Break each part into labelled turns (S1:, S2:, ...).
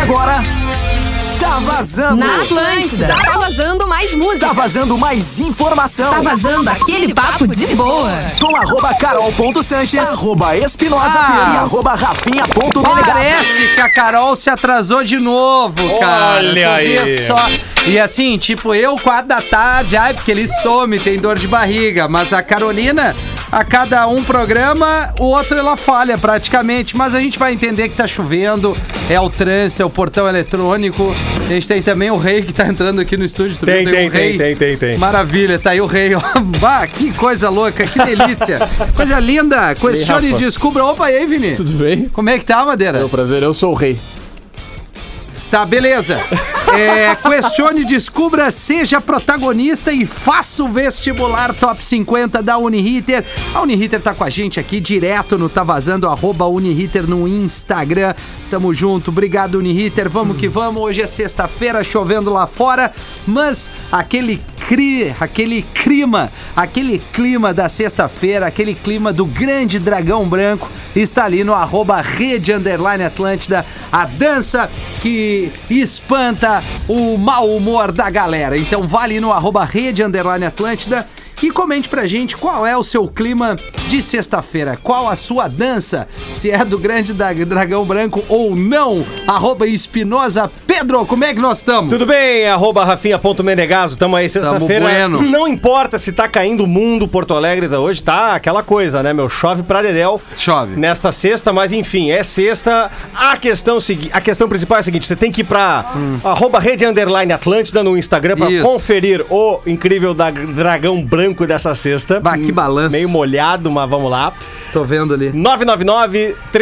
S1: agora, tá vazando.
S2: Na Atlântida. Tá vazando mais música.
S1: Tá vazando mais informação.
S2: Tá vazando aquele papo de boa.
S1: Com arroba carol.sanches, arroba espinosa
S3: Ah.
S1: e arroba rafinha.delegado.
S3: Parece que a Carol se atrasou de novo, cara.
S4: Olha
S3: Tu vê
S4: aí.
S3: Só. E assim, tipo, eu, quatro da tarde, ai, porque ele some, tem dor de barriga. Mas a Carolina, a cada um programa, o outro ela falha praticamente. Mas a gente vai entender que tá chovendo, é o trânsito, é o portão eletrônico. A gente tem também o rei que tá entrando aqui no estúdio. Tu
S4: Tem,
S3: viu?
S4: tem,
S3: o
S4: tem,
S3: rei.
S4: tem, tem, tem.
S3: Maravilha, tá aí o rei. ó. bah, que coisa louca, que delícia. coisa linda. Questione e
S5: Rafa.
S3: descubra. Opa, e aí, Vini?
S5: Tudo bem?
S3: Como é que tá, Madeira?
S5: Meu prazer, eu sou o rei.
S3: Tá, beleza. É, questione, descubra, seja protagonista e faça o vestibular top 50 da Uniriter. A Uniriter tá com a gente aqui direto no Tá Vazando, arroba Uniriter no Instagram. Tamo junto, obrigado Uniriter, vamos que vamos. Hoje é sexta-feira, chovendo lá fora, mas aquele, cri, aquele clima, aquele clima da sexta-feira, aquele clima do grande dragão branco está ali no arroba Rede Underline Atlântida, a dança que espanta o mau humor da galera. Então vá ali no arroba Rede Underline Atlântida e comente pra gente qual é o seu clima de sexta-feira, qual a sua dança, se é do grande da- dragão branco ou não. Arroba Espinosa Pedro, como é que nós estamos?
S4: Tudo bem, arroba rafinha.menegaso, tamo aí sexta-feira.
S3: bueno.
S4: Não importa se tá caindo o mundo, Porto Alegre tá hoje, tá aquela coisa, né, meu? Chove pra dedéu.
S3: Chove.
S4: Nesta sexta, mas enfim, é sexta. A questão, segui- a questão principal é a seguinte, você tem que ir pra arroba rede underline Atlântida no Instagram pra
S3: Isso.
S4: conferir o incrível da- dragão branco dessa sexta.
S3: Bah, que balanço.
S4: Meio molhado, mas vamos lá.
S3: Tô vendo ali.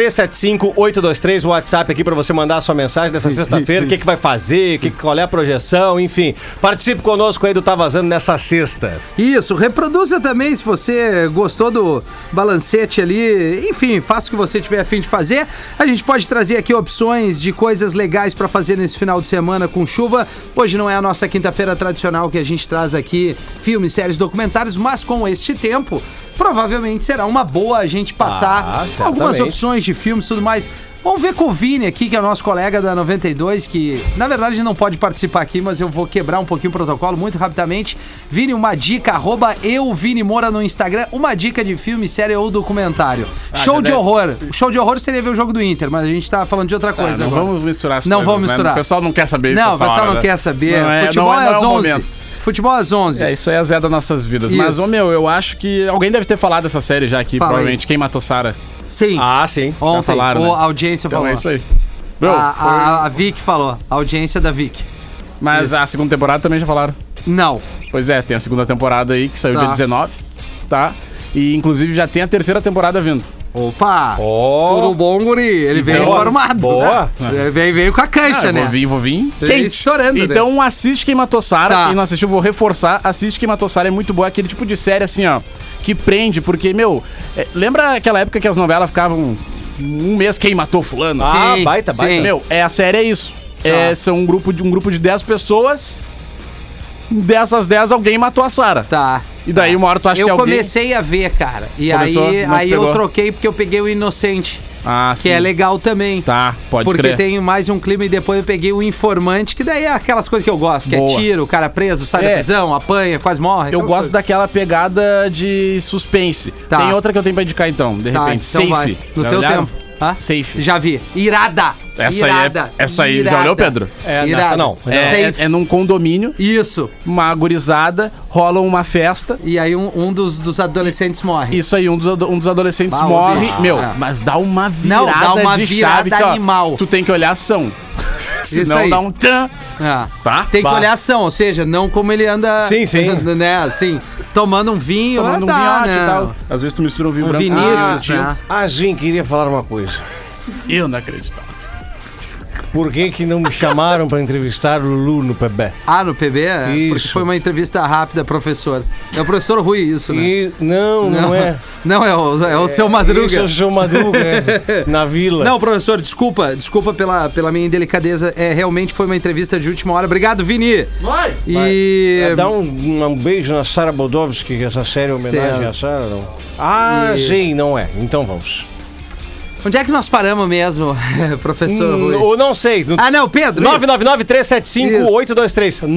S4: 999-375-823, o WhatsApp aqui pra você mandar a sua mensagem dessa sexta-feira, o que, que vai fazer, que, qual é a projeção, enfim. Participe conosco aí do Tá Vazando nessa sexta.
S3: Isso, reproduza também se você gostou do balancete ali. Enfim, faça o que você tiver a fim de fazer. A gente pode trazer aqui opções de coisas legais pra fazer nesse final de semana com chuva. Hoje não é a nossa quinta-feira tradicional que a gente traz aqui filmes, séries, documentários, mas com este tempo, provavelmente será uma boa a gente
S4: Ah,
S3: passar algumas
S4: certamente.
S3: opções de filmes e tudo mais. Vamos ver com o Vini aqui, que é o nosso colega da 92, que na verdade não pode participar aqui, mas eu vou quebrar um pouquinho o protocolo muito rapidamente. Vini, uma dica, arroba eu, Vini Moura no Instagram, uma dica de filme, série ou documentário. Show
S5: Ah, já
S3: de
S5: deve- Ah,
S3: horror. O Show de horror seria ver o jogo do Inter, mas a gente tá falando de outra coisa
S5: não
S3: agora.
S5: vamos misturar as
S3: Não
S5: coisas,
S3: vamos
S5: né?
S3: misturar.
S5: O pessoal não quer saber
S3: Não, o
S5: isso essa
S3: pessoal não
S5: hora. né?
S3: quer saber.
S5: Não é-
S3: Futebol
S5: não é- não
S3: às
S5: é o
S3: 11.
S5: momento.
S3: Futebol às 11.
S5: É, isso aí é a Zé das nossas vidas. Mas,
S3: Isso.
S5: ô meu, eu acho que alguém deve ter falado essa série já aqui,
S3: Fala aí.
S5: provavelmente. Quem matou Sara?
S3: Sim.
S4: Ah, sim.
S3: Ontem
S5: falaram,
S3: o-
S5: né?
S3: a audiência
S5: Então
S3: falou.
S5: é isso aí. Bro,
S3: a, a, a Vic falou. A audiência da Vic.
S5: mas a segunda temporada também já falaram.
S3: Não.
S5: Pois é, tem a segunda temporada aí, que saiu
S3: Tá.
S5: dia 19, tá? E inclusive já tem a terceira temporada vindo.
S3: Opa!
S4: Ó.
S3: Tudo bom, guri? Ele veio
S5: Boa.
S3: formado.
S4: Boa.
S3: Né? Veio, veio com a cancha,
S5: Ah, eu
S3: né?
S5: vou vir, vou vir.
S3: Quente. Estourando, né?
S5: Então assiste Quem Matou Sara.
S3: Tá.
S5: Quem não assistiu, vou reforçar. Assiste Quem Matou Sara. É muito boa. É Aquele tipo de série assim, ó. Que prende, porque, meu... é, lembra aquela época que as novelas ficavam um mês Quem Matou Fulano?
S4: Ah, baita,
S3: sim. Tá.
S4: baita.
S5: Meu, é, a série é isso. É, são um grupo, de, um grupo de 10 pessoas. Dessas 10, alguém matou a Sara.
S3: Tá.
S5: E daí uma hora tu acha
S3: eu
S5: que é alguém...
S3: comecei a ver, cara. E
S5: Começou?
S3: aí,
S5: Não te
S3: aí eu
S5: pegou?
S3: troquei porque eu peguei o Inocente,
S5: Ah,
S3: que é legal também.
S5: Tá, pode
S3: porque
S5: crer.
S3: tem mais um clima e depois eu peguei o Informante, que daí é aquelas coisas que eu gosto, que é
S5: Boa.
S3: tiro, o cara preso, sai da
S5: É.
S3: prisão, apanha, quase morre.
S5: Eu
S3: aquelas
S5: gosto
S3: coisas.
S5: daquela pegada de suspense.
S3: Tá.
S5: Tem outra que eu tenho pra indicar então, de
S3: Tá,
S5: repente.
S3: então vai.
S5: Safe.
S3: No
S5: Já
S3: teu
S5: olharam?
S3: tempo. Hã?
S5: Safe.
S3: Já vi. Irada.
S5: Essa aí é-
S3: Irada.
S5: essa aí, já
S3: Irada.
S5: olhou, Pedro?
S4: É, nessa
S3: Irada.
S4: não.
S5: É, é,
S3: Safe.
S5: é num condomínio,
S3: Isso.
S5: uma gurizada, rola uma festa.
S3: E aí um, um dos, dos adolescentes morre.
S5: Isso aí, um dos, ado- um dos adolescentes
S3: Ah,
S5: morre.
S3: ouvi.
S5: Meu,
S3: Ah.
S5: mas dá uma virada
S3: Não, dá uma
S5: de
S3: virada
S5: chave, que, ó,
S3: animal.
S5: Tu tem que olhar a ação. Senão
S3: aí.
S5: dá um tchan.
S3: Ah.
S5: Tá?
S3: Tem que
S4: Bah.
S3: olhar a ação, ou seja, não como ele anda.
S4: Sim, sim.
S3: Né, assim, tomando um vinho.
S5: Tomando um
S3: ah, tá,
S5: vinhote
S3: né?
S5: e tal. Às vezes tu mistura um vinho branco com um
S3: Vinícius,
S5: vinho
S3: né?
S5: tinto.
S4: A gente Ah, queria falar uma coisa.
S5: Eu não acredito.
S4: Por que que não me chamaram pra entrevistar o Lulu no PB?
S3: Ah, no PB? é, Porque
S4: Isso.
S3: foi uma entrevista rápida, professor. É o professor Rui, isso, né?
S4: E não, não, é.
S3: Não, é o, é o seu Madruga.
S4: Isso é o seu Madruga, é, na vila.
S3: Não, professor, desculpa, desculpa pela, pela minha indelicadeza. É, realmente foi uma entrevista de última hora. Obrigado, Vini.
S5: Nós!
S3: E.
S4: Dá um, um beijo na Sara Bodovski, que essa série é homenagem
S3: Certo.
S4: à Sara, não? Ah,
S3: E-
S4: sim, não é. Então vamos.
S3: Onde é que nós paramos mesmo, professor Rui?
S4: Hum, Ou não sei. no-
S3: É Ah, não, Pedro. isso.
S4: 999-375-823.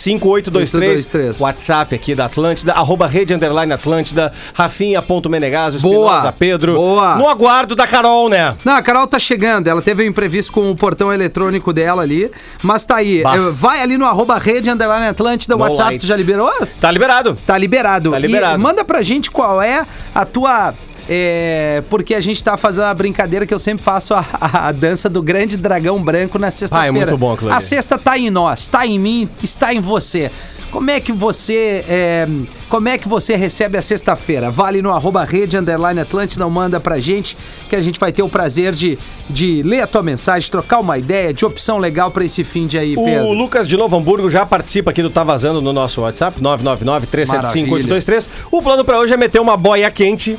S4: 999-375-823.
S3: 823.
S4: WhatsApp aqui da Atlântida, arroba rede underline Atlântida, rafinha.menegaso,
S3: Boa.
S4: Espinosa, Pedro.
S3: Boa.
S4: No aguardo da Carol, né?
S3: Não, a Carol tá chegando. Ela teve um imprevisto com o portão eletrônico dela ali. Mas tá aí.
S4: Bah.
S3: Eh, Vai ali no arroba rede underline Atlântida. O
S4: No
S3: WhatsApp
S4: lights.
S3: tu já liberou?
S4: Tá liberado.
S3: Tá liberado.
S4: Tá liberado.
S3: E manda pra gente qual é a tua. eh, porque a gente tá fazendo a brincadeira que eu sempre faço a, a- a dança do grande dragão branco na sexta-feira.
S4: Ah, é muito bom aquilo ali.
S3: A sexta tá em nós, tá em mim, está em você. Como é que você. eh, como é que você recebe a sexta-feira? Vale no arroba rede underline Atlântida, ou manda pra gente, que a gente vai ter o prazer de, de ler a tua mensagem, trocar uma ideia, de opção legal pra esse fim de aí, Pedro.
S4: O Lucas de Novo Hamburgo já participa aqui do Tá Vazando no nosso WhatsApp, 999-375-823. O plano pra hoje é meter uma boia quente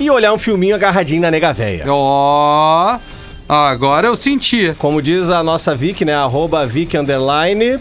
S4: e olhar um filminho agarradinho na nega véia.
S3: Ó, agora eu senti.
S4: Como diz a nossa Vic, né? Arroba Vic Underline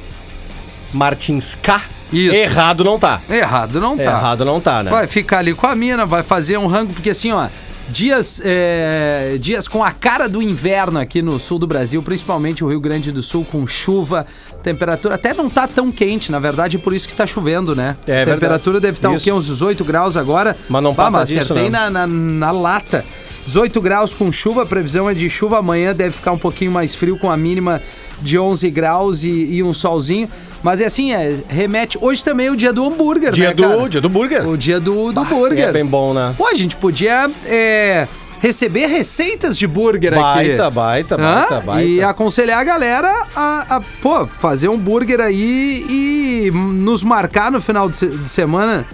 S4: Martins K.
S3: Isso.
S4: Errado não tá.
S3: Errado não tá.
S4: Errado não tá, né?
S3: Vai ficar ali com a mina, vai fazer um rango, porque assim, ó. Dias, é, dias com a cara do inverno aqui no sul do Brasil, principalmente o Rio Grande do Sul, com chuva, temperatura até não tá tão quente, na verdade, é por isso que tá chovendo, né?
S4: É
S3: a temperatura
S4: verdade.
S3: deve estar
S4: Isso.
S3: o quê? Uns 18 graus agora.
S4: Mas não
S3: Bah,
S4: passa
S3: mas
S4: disso,
S3: acertei
S4: né?
S3: na, na, na lata. 18 graus com chuva, a previsão é de chuva amanhã, deve ficar um pouquinho mais frio com a mínima de 11 graus e, e um solzinho. Mas é assim, é, remete. Hoje também é o dia do hambúrguer,
S4: Dia
S3: né?
S4: do,
S3: cara?
S4: dia do burger.
S3: O dia do, do burger.
S4: É bem bom, né?
S3: Pô, a gente podia é, receber receitas de burger
S4: Baita,
S3: aqui.
S4: baita,
S3: Hã?
S4: baita, baita.
S3: E aconselhar a galera a, a, pô, fazer um burger aí e nos marcar no final de, se- de semana.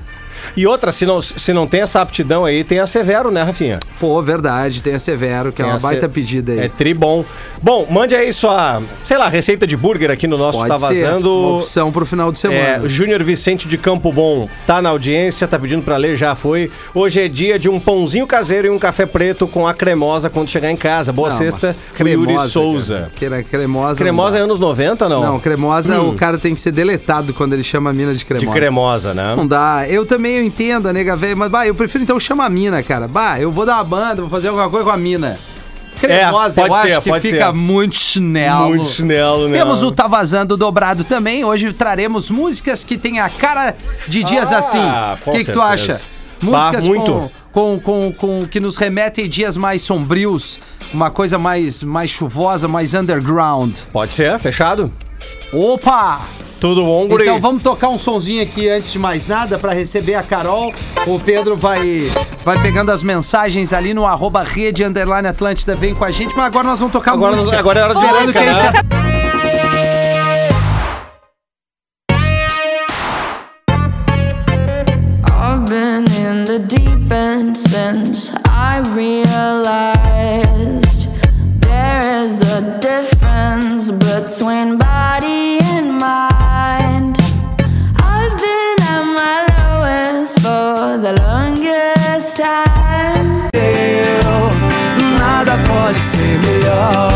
S4: E outra, se não, se não tem essa aptidão aí, tem a Severo, né, Rafinha?
S3: Pô, verdade, tem a Severo, que é
S4: Tem
S3: uma
S4: a Se-
S3: baita pedida aí.
S4: É tri bom. Bom, mande aí sua, sei lá, receita de burger aqui no nosso
S3: Pode
S4: Tá
S3: ser uma
S4: Vazando.
S3: opção pro final de
S4: É,
S3: semana.
S4: o Júnior Vicente de Campo Bom tá na audiência, tá pedindo pra ler, já foi. Hoje é dia de um pãozinho caseiro e um café preto com a cremosa quando chegar em casa. Boa
S3: Não,
S4: sexta,
S3: mas
S4: o
S3: cremosa,
S4: Yuri
S3: cara.
S4: Souza.
S3: Que era cremosa.
S4: Cremosa é
S3: não.
S4: anos 90, não? Hum.
S3: dá. Não, cremosa, é o cara tem que ser deletado quando ele chama a mina de
S4: De
S3: cremosa.
S4: cremosa, né?
S3: Não dá. Eu também eu entendo a nega velha, mas bah, eu prefiro então chamar a mina, cara. Bah, eu vou dar uma banda, vou fazer alguma coisa com a mina. Cremosa, eu
S4: É, pode ser,
S3: acho que
S4: pode
S3: fica
S4: ser.
S3: muito chinelo.
S4: Muito chinelo, né?
S3: Temos o Tá Vazando dobrado também. Hoje traremos músicas que têm a cara de dias
S4: Ah,
S3: assim.
S4: com
S3: O que, que tu
S4: certeza.
S3: acha?
S4: Bah,
S3: Músicas
S4: muito.
S3: com, com, com, com- que nos remetem a dias mais sombrios, uma coisa mais, mais chuvosa, mais underground.
S4: Pode ser, fechado?
S3: Opa!
S4: Tudo bom, guri?
S3: Então vamos tocar um sonzinho aqui antes de mais nada para receber a Carol. O Pedro vai vai pegando as mensagens ali no arroba rede underline Atlântida. Vem com a gente, mas agora nós vamos tocar
S4: Agora,
S3: música.
S4: agora é hora de
S2: Vamos,
S4: música,
S3: quem
S4: né?
S3: se-
S6: I've been in the deep end since I realized there is a difference between body and mind. I've been at my lowest for the longest time.
S7: Nada pode ser melhor.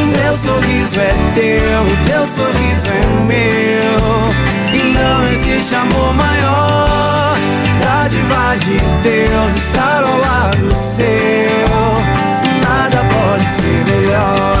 S7: O meu sorriso é teu, o teu sorriso é o meu. E não existe amor maior. Dádiva de Deus estar ao lado seu. Nada pode ser melhor.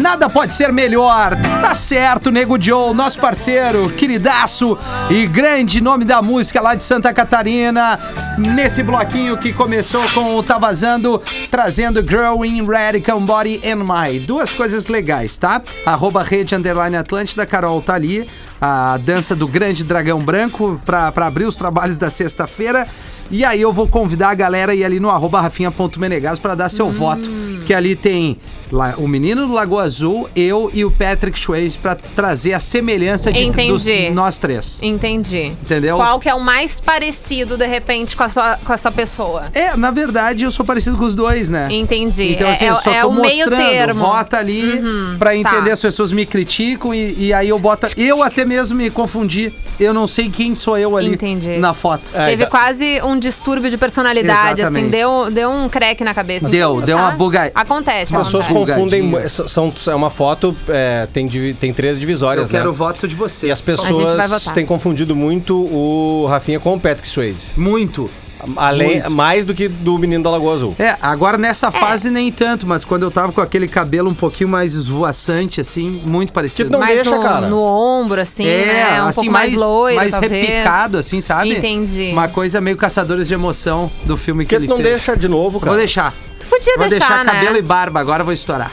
S3: Nada pode ser melhor. Tá certo, Nego Joe, nosso parceiro, queridaço e grande nome da música lá de Santa Catarina. Nesse bloquinho que começou com o Tá Vazando, trazendo Growing Radical Body and Mind. Duas coisas legais, tá? Arroba Rede Underline Atlântida, Carol tá ali. A dança do grande dragão branco pra, pra abrir os trabalhos da sexta-feira. E aí eu vou convidar a galera a ir ali no arroba rafinha.menegas pra dar
S8: Hum.
S3: seu voto. Que ali tem lá, o menino do Lagoa Azul, eu e o Patrick Swayze pra trazer a semelhança de
S8: Entendi.
S3: dos- nós três.
S8: Entendi.
S3: Entendeu?
S8: Qual que é o mais parecido, de repente, com a sua, com a sua pessoa?
S3: É, na verdade eu sou parecido com os dois, né?
S8: Entendi.
S3: Então, assim,
S8: é,
S3: eu só
S8: é
S3: tô
S8: o meio
S3: mostrando,
S8: termo.
S3: vota ali pra entender,
S8: tá.
S3: as pessoas me criticam e, e aí eu boto. Eu até me mesmo me confundi. Eu não sei quem sou eu ali
S8: Entendi.
S3: na foto.
S4: É,
S8: Teve
S4: tá.
S8: quase um distúrbio de personalidade,
S3: então- Exatamente.
S8: assim, deu, deu um crack na cabeça.
S3: Deu, deu uma buga-
S8: Acontece,
S3: As
S4: As pessoas
S8: acontece.
S3: com-
S4: confundem.
S3: Bugadinho.
S4: são- São, é uma foto, é, tem, divi- tem três
S3: Eu
S4: divisórias,
S3: quero o
S4: né?
S3: voto de vocês.
S4: E as
S8: A gente vai
S4: pessoas
S8: votar.
S4: têm confundido muito o Rafinha com o Patrick Swayze.
S3: Muito.
S4: Além,
S3: Muito.
S4: mais do que do menino da Lagoa Azul.
S3: É, agora nessa fase nem tanto, mas quando eu tava com aquele cabelo um pouquinho mais esvoaçante, assim, muito parecido.
S4: Que não-
S8: mais
S4: deixa,
S8: no,
S4: cara.
S8: no ombro, assim, né? Um pouco mais, loiro,
S3: É, mais
S8: talvez.
S3: repicado, assim, sabe?
S8: Entendi.
S3: Uma coisa meio caçadores de emoção do filme que,
S4: Porque
S3: ele
S4: tu não
S3: fez.
S4: deixa de novo, cara.
S3: Vou deixar.
S8: Tu podia
S3: Vou deixar,
S8: deixar, né?
S3: cabelo e barba, agora eu vou estourar.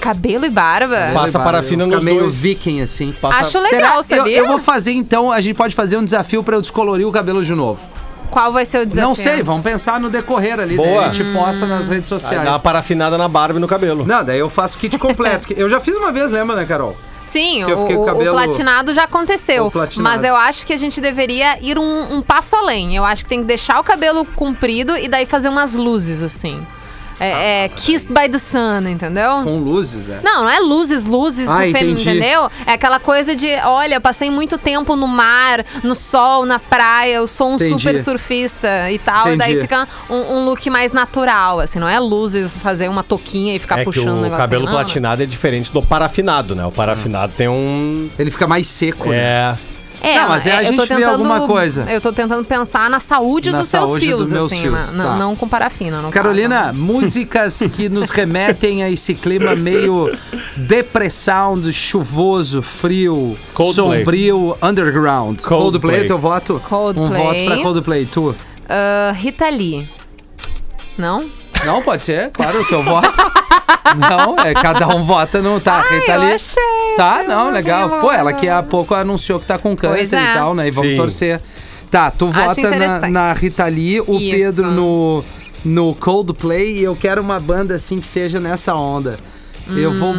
S8: Cabelo e barba.
S4: Passa
S3: Barba,
S4: parafina
S3: eu vou
S4: nos
S3: ficar meio
S4: dois.
S3: viking, assim.
S4: Passa-
S8: Acho legal,
S3: Será? Eu-
S8: sabia?
S3: Eu, vou fazer então, a gente pode fazer um desafio pra eu descolorir o cabelo de novo.
S8: Qual vai ser o desafio?
S3: Não sei, vamos pensar no decorrer ali, daí
S4: Boa.
S3: a gente posta nas redes
S4: Aí
S3: sociais.
S4: dá uma parafinada na barba e no cabelo.
S3: Não, daí eu faço kit completo. que- eu já fiz uma vez, lembra, né, Carol?
S8: Sim,
S3: Eu
S8: o,
S3: fiquei com
S8: o- o
S3: cabelo-
S8: platinado já aconteceu.
S3: O platinado.
S8: Mas eu acho que a gente deveria ir um, um passo além. Eu acho que tem que deixar o cabelo comprido e daí fazer umas luzes, assim. É, é Kissed by the Sun, entendeu?
S3: Ah, Com luzes, é.
S8: Não, não é luzes, luzes,
S3: Ah,
S8: fem-
S3: entendi.
S8: entendeu? É aquela coisa de, olha, passei muito tempo no mar, no sol, na praia, eu sou um
S3: Entendi.
S8: super surfista e tal. E daí
S3: Entendi.
S8: fica um, um look mais natural, assim, não é luzes, fazer uma toquinha e ficar
S4: é que
S8: puxando
S4: o
S8: negócio. assim,
S4: cabelo
S3: assim,
S8: não, né?
S4: platinado é diferente do parafinado, né? O
S3: Ah.
S4: parafinado tem um.
S3: Ele fica mais seco, né?
S4: É.
S8: É,
S3: Não, mas é a
S8: eu
S3: gente
S8: tô
S3: ver alguma coisa.
S8: Eu tô tentando pensar na saúde
S3: Na
S8: dos seus
S3: saúde
S8: fios,
S3: dos meus
S8: assim,
S3: fios,
S8: né?
S3: tá.
S8: não, não com parafina. no caso.
S3: Carolina, músicas que nos remetem a esse clima meio depressão, chuvoso, frio,
S4: Coldplay.
S3: sombrio, underground.
S4: Coldplay.
S3: Coldplay, teu voto?
S8: Coldplay.
S3: Um voto pra Coldplay, tu.
S8: Ah, Rita Lee. Não?
S3: Não, pode ser, claro, o teu voto. Não, é cada um vota não tá, Rita
S8: eu
S3: Lee.
S8: achei.
S3: Tá,
S8: Eu
S3: não,
S8: não
S3: legal.
S8: tenho-
S3: Pô, ela que é há pouco anunciou que tá com
S8: Pois
S3: câncer
S8: é.
S3: e tal, né? E vamos
S4: Sim.
S3: torcer. Tá, tu vota na,
S8: interessante.
S3: na Rita Lee, o
S8: Isso.
S3: Pedro no, no Coldplay e eu quero uma banda assim que seja nessa onda. Eu vou.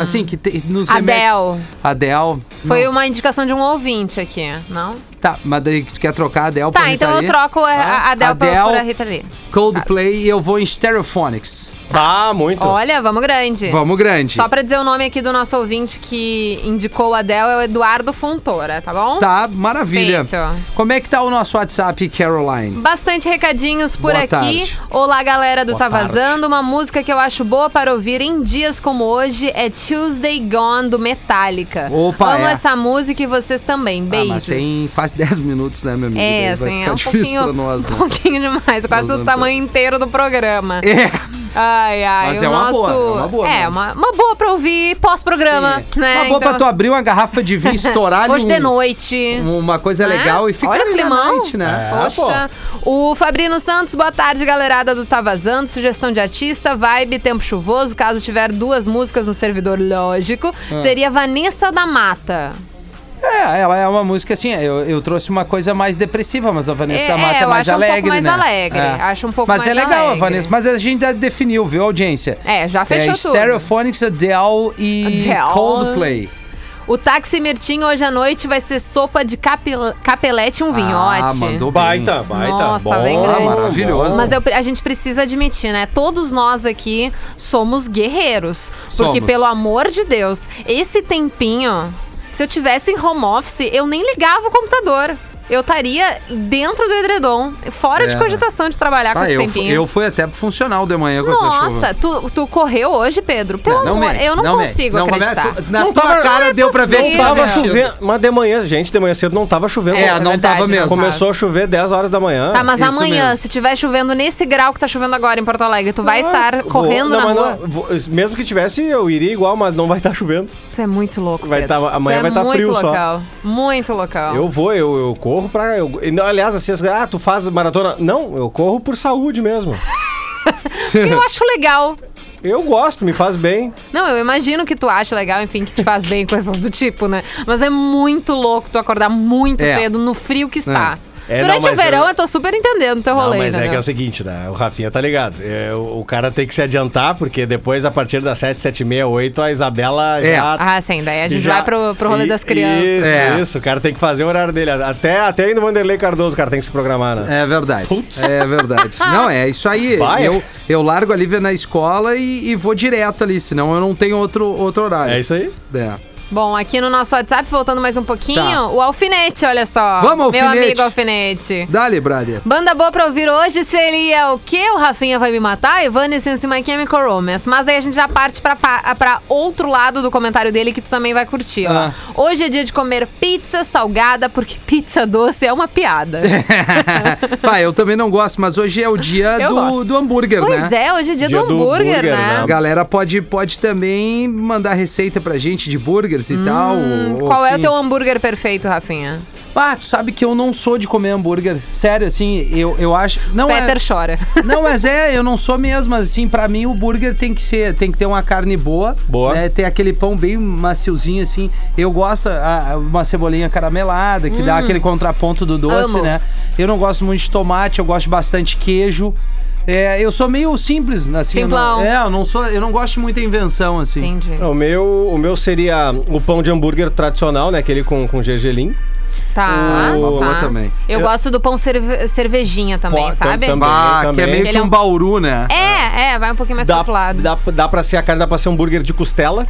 S3: Assim, que te, nos remete.
S8: Hum. Adele.
S3: Adele.
S8: Foi
S3: Nossa.
S8: uma indicação de um ouvinte aqui, não?
S3: Tá, mas daí tu quer trocar a Adele por
S8: Tá,
S3: Rita
S8: então eu
S3: Lee? Ah,
S8: troco a- a Adele,
S3: Adele.
S8: Adele. por a Rita Lee.
S3: Coldplay e eu vou em Stereophonics.
S4: Ah, muito.
S8: Olha, vamos grande.
S3: Vamos grande.
S8: É. Só pra dizer o nome aqui do nosso ouvinte que indicou a Adele é o Eduardo Fontoura, tá bom?
S3: Tá, maravilha.
S8: Feito.
S3: Como é que tá o nosso WhatsApp, Caroline?
S8: Bastante recadinhos por
S3: Boa
S8: aqui.
S3: tarde.
S8: Olá, galera do
S4: Boa
S8: Tá
S4: tarde.
S8: Vazando. Uma música que eu acho boa para ouvir em dias como hoje é Tuesday Gone, do Metallica.
S3: Opa,
S8: Amo
S3: é.
S8: essa música e vocês também.
S3: Ah,
S8: Beijos.
S3: mas tem quase 10 minutos, né, meu amigo?
S8: É,
S3: Daí vai
S8: assim,
S3: ficar
S8: é um
S3: difícil
S8: pouquinho,
S3: pra nós,
S8: um
S3: né?
S8: pouquinho demais, quase
S3: Nós
S8: o
S3: não-
S8: tamanho inteiro do programa.
S3: É.
S8: Ai, ai,
S3: Mas
S8: o
S3: é uma
S8: nosso...
S3: boa, é uma boa, né?
S8: uma, uma boa pra ouvir pós-programa, né?
S3: Tá bom pra tu abrir uma garrafa de vinho, estourar ali
S8: Hoje
S3: um-
S8: de noite.
S3: uma coisa
S8: né?
S3: legal e ficar
S8: Olha o
S3: ali na
S8: climão.
S3: noite, né?
S4: É,
S8: Poxa. O Fabrino Santos, boa tarde, galerada do Tá Vazando. Sugestão de artista, vibe, tempo chuvoso. Caso tiver duas músicas no servidor, lógico.
S3: Ah.
S8: Seria Vanessa da Mata.
S3: É, ela é uma música assim, eu, eu trouxe uma coisa mais depressiva, mas a Vanessa
S8: É,
S3: da Mata é
S8: eu
S3: mais
S8: acho um pouco
S3: alegre,
S8: mais
S3: né?
S8: alegre,
S3: É.
S8: acho um pouco
S3: mas
S8: mais
S3: é legal
S8: alegre.
S3: a Vanessa, mas a gente já definiu, viu, audiência?
S8: É, já
S3: é,
S8: fechou tudo.
S3: Stereophonics, Adele e
S8: Adele.
S3: Coldplay.
S8: O Táxi Mirtinho hoje à noite vai ser sopa de capel- capelete e um vinhote.
S3: Ah, mandou bem.
S4: Baita, baita.
S8: Nossa,
S4: bom,
S8: bem grande.
S3: Maravilhoso.
S8: Mas eu pre- a gente precisa admitir, né? Todos nós aqui somos guerreiros. Porque,
S3: Somos.
S8: pelo amor de Deus, esse tempinho, se eu tivesse em home office, eu nem ligava o computador. Eu estaria dentro do edredom, fora
S3: É,
S8: de
S3: né?
S8: cogitação de trabalhar Tá com
S3: Ah,
S8: esse
S3: eu, fu-
S8: tempinho.
S3: eu fui até pro funcional de manhã com essa chuva.
S8: Nossa, tu, tu correu hoje, Pedro? Pelo amor,
S3: mente,
S8: eu não,
S3: mente.
S8: consigo
S3: Não,
S8: acreditar.
S3: mas é tu- na
S4: Não
S3: tua
S4: tava-
S3: cara
S8: não é
S3: deu pra ver que
S8: possível.
S3: tava
S4: Tava
S8: Meu
S3: chovendo.
S4: chovendo, mas de manhã, gente, de manhã cedo não tava chovendo.
S3: É, não tava
S8: verdade,
S3: mesmo.
S4: Começou a chover 10 horas da manhã.
S8: Tá, mas
S3: Isso
S8: amanhã,
S3: mesmo.
S8: se tiver chovendo nesse grau que tá chovendo agora em Porto Alegre, tu vai estar
S4: Ah, Vou-
S8: correndo
S4: não,
S8: na
S4: mas
S8: rua?
S4: não, vou- mesmo que tivesse, eu iria igual, mas não vai estar chovendo.
S8: Tu é muito louco,
S4: Vai
S8: Pedro.
S4: tá- amanhã
S8: tu
S4: vai
S8: é
S4: tá
S8: muito
S4: frio só.
S8: local, Muito local.
S4: Eu vou, eu, eu corro pra. Eu, e não, aliás, assim, as- ah, tu faz maratona. Não, eu corro por saúde mesmo.
S8: Eu acho legal.
S4: Eu gosto, me faz bem.
S8: Não, eu imagino que tu acha legal, enfim, que te faz bem coisas do tipo, né? Mas é muito louco tu acordar muito
S3: É.
S8: cedo no frio que está.
S4: É,
S8: Durante
S4: não,
S8: o
S4: mas
S8: verão
S4: eu-
S8: eu... tô super entendendo o teu
S4: Não,
S8: rolê,
S4: mas é que é
S8: entendeu?
S4: o seguinte, né? O Rafinha tá ligado. É, o, o cara tem que se adiantar, porque depois, a partir das 7, 7 e meia, 8, a Isabela
S3: É.
S4: já.
S8: Ah, sim, daí a gente
S4: já-
S8: vai pro, pro rolê
S4: I-
S8: das crianças.
S4: Isso,
S3: É.
S4: isso. O cara tem que fazer o horário dele. Até, até ainda o Vanderlei Cardoso, o cara tem que se programar, né?
S3: É verdade. É verdade.
S8: Ah.
S3: Não, é isso aí.
S4: Vai.
S3: Eu, eu largo a Lívia na escola e, e vou direto ali, senão eu não tenho outro, outro horário.
S4: É isso aí.
S3: É.
S8: Bom, aqui no nosso WhatsApp, voltando mais um pouquinho,
S3: Tá.
S8: o Alfinete, olha só.
S3: Vamos,
S8: Meu
S3: Alfinete.
S8: amigo Alfinete.
S3: Dale, brother.
S8: Banda boa pra ouvir hoje seria o que? O Rafinha vai me matar? Evanescence My Chemical Romance. Mas aí a gente já parte pra, pa- pra outro lado do comentário dele que tu também vai curtir, ó.
S3: Ah.
S8: Hoje é dia de comer pizza salgada, porque pizza doce é uma piada.
S3: né? Pá, eu também não gosto, mas hoje é o dia
S8: Eu
S3: do,
S8: gosto.
S3: do hambúrguer, né?
S8: pois é, hoje é dia,
S4: Dia
S8: do
S4: do
S8: hambúrguer,
S4: hambúrguer,
S8: né?
S3: A galera pode, pode também mandar receita pra gente de burgers e tal.
S8: Hum,
S3: ou-
S8: Qual é o
S3: enfim.
S8: teu hambúrguer perfeito, Rafinha?
S3: Ah, tu sabe que eu não sou de comer hambúrguer. Sério, assim, eu, eu acho. Não
S8: Peter
S3: é...
S8: chora.
S3: Não, mas é, eu não sou mesmo, mas assim, pra mim o burger tem que ser, tem que ter uma carne boa.
S4: Boa.
S3: Né, ter aquele pão bem maciozinho, assim. Eu gosto a, a- uma cebolinha caramelada, que dá aquele contraponto do doce,
S8: Hum. Amo.
S3: né? Eu não gosto muito de tomate, eu gosto bastante de queijo. É, eu sou meio simples, assim. eu não-
S8: Simplão.
S3: é, eu não sou, eu não gosto de muita invenção, assim.
S8: Entendi.
S4: O meu, o meu seria o pão de hambúrguer tradicional, né? Aquele com, com gergelim.
S8: Tá.
S4: Uma
S8: tá.
S4: boa
S3: também.
S8: Eu, gosto do pão cerve- cervejinha também,
S4: Pô, tam-
S8: sabe?
S4: também.
S3: Ah, que é
S4: também.
S3: meio que
S8: Ele é
S3: um
S8: um-
S3: bauru, né?
S8: É, é, vai um pouquinho mais pro
S4: Dá,
S8: outro lado.
S4: dá, dá pra ser a carne, dá pra ser um hambúrguer de costela,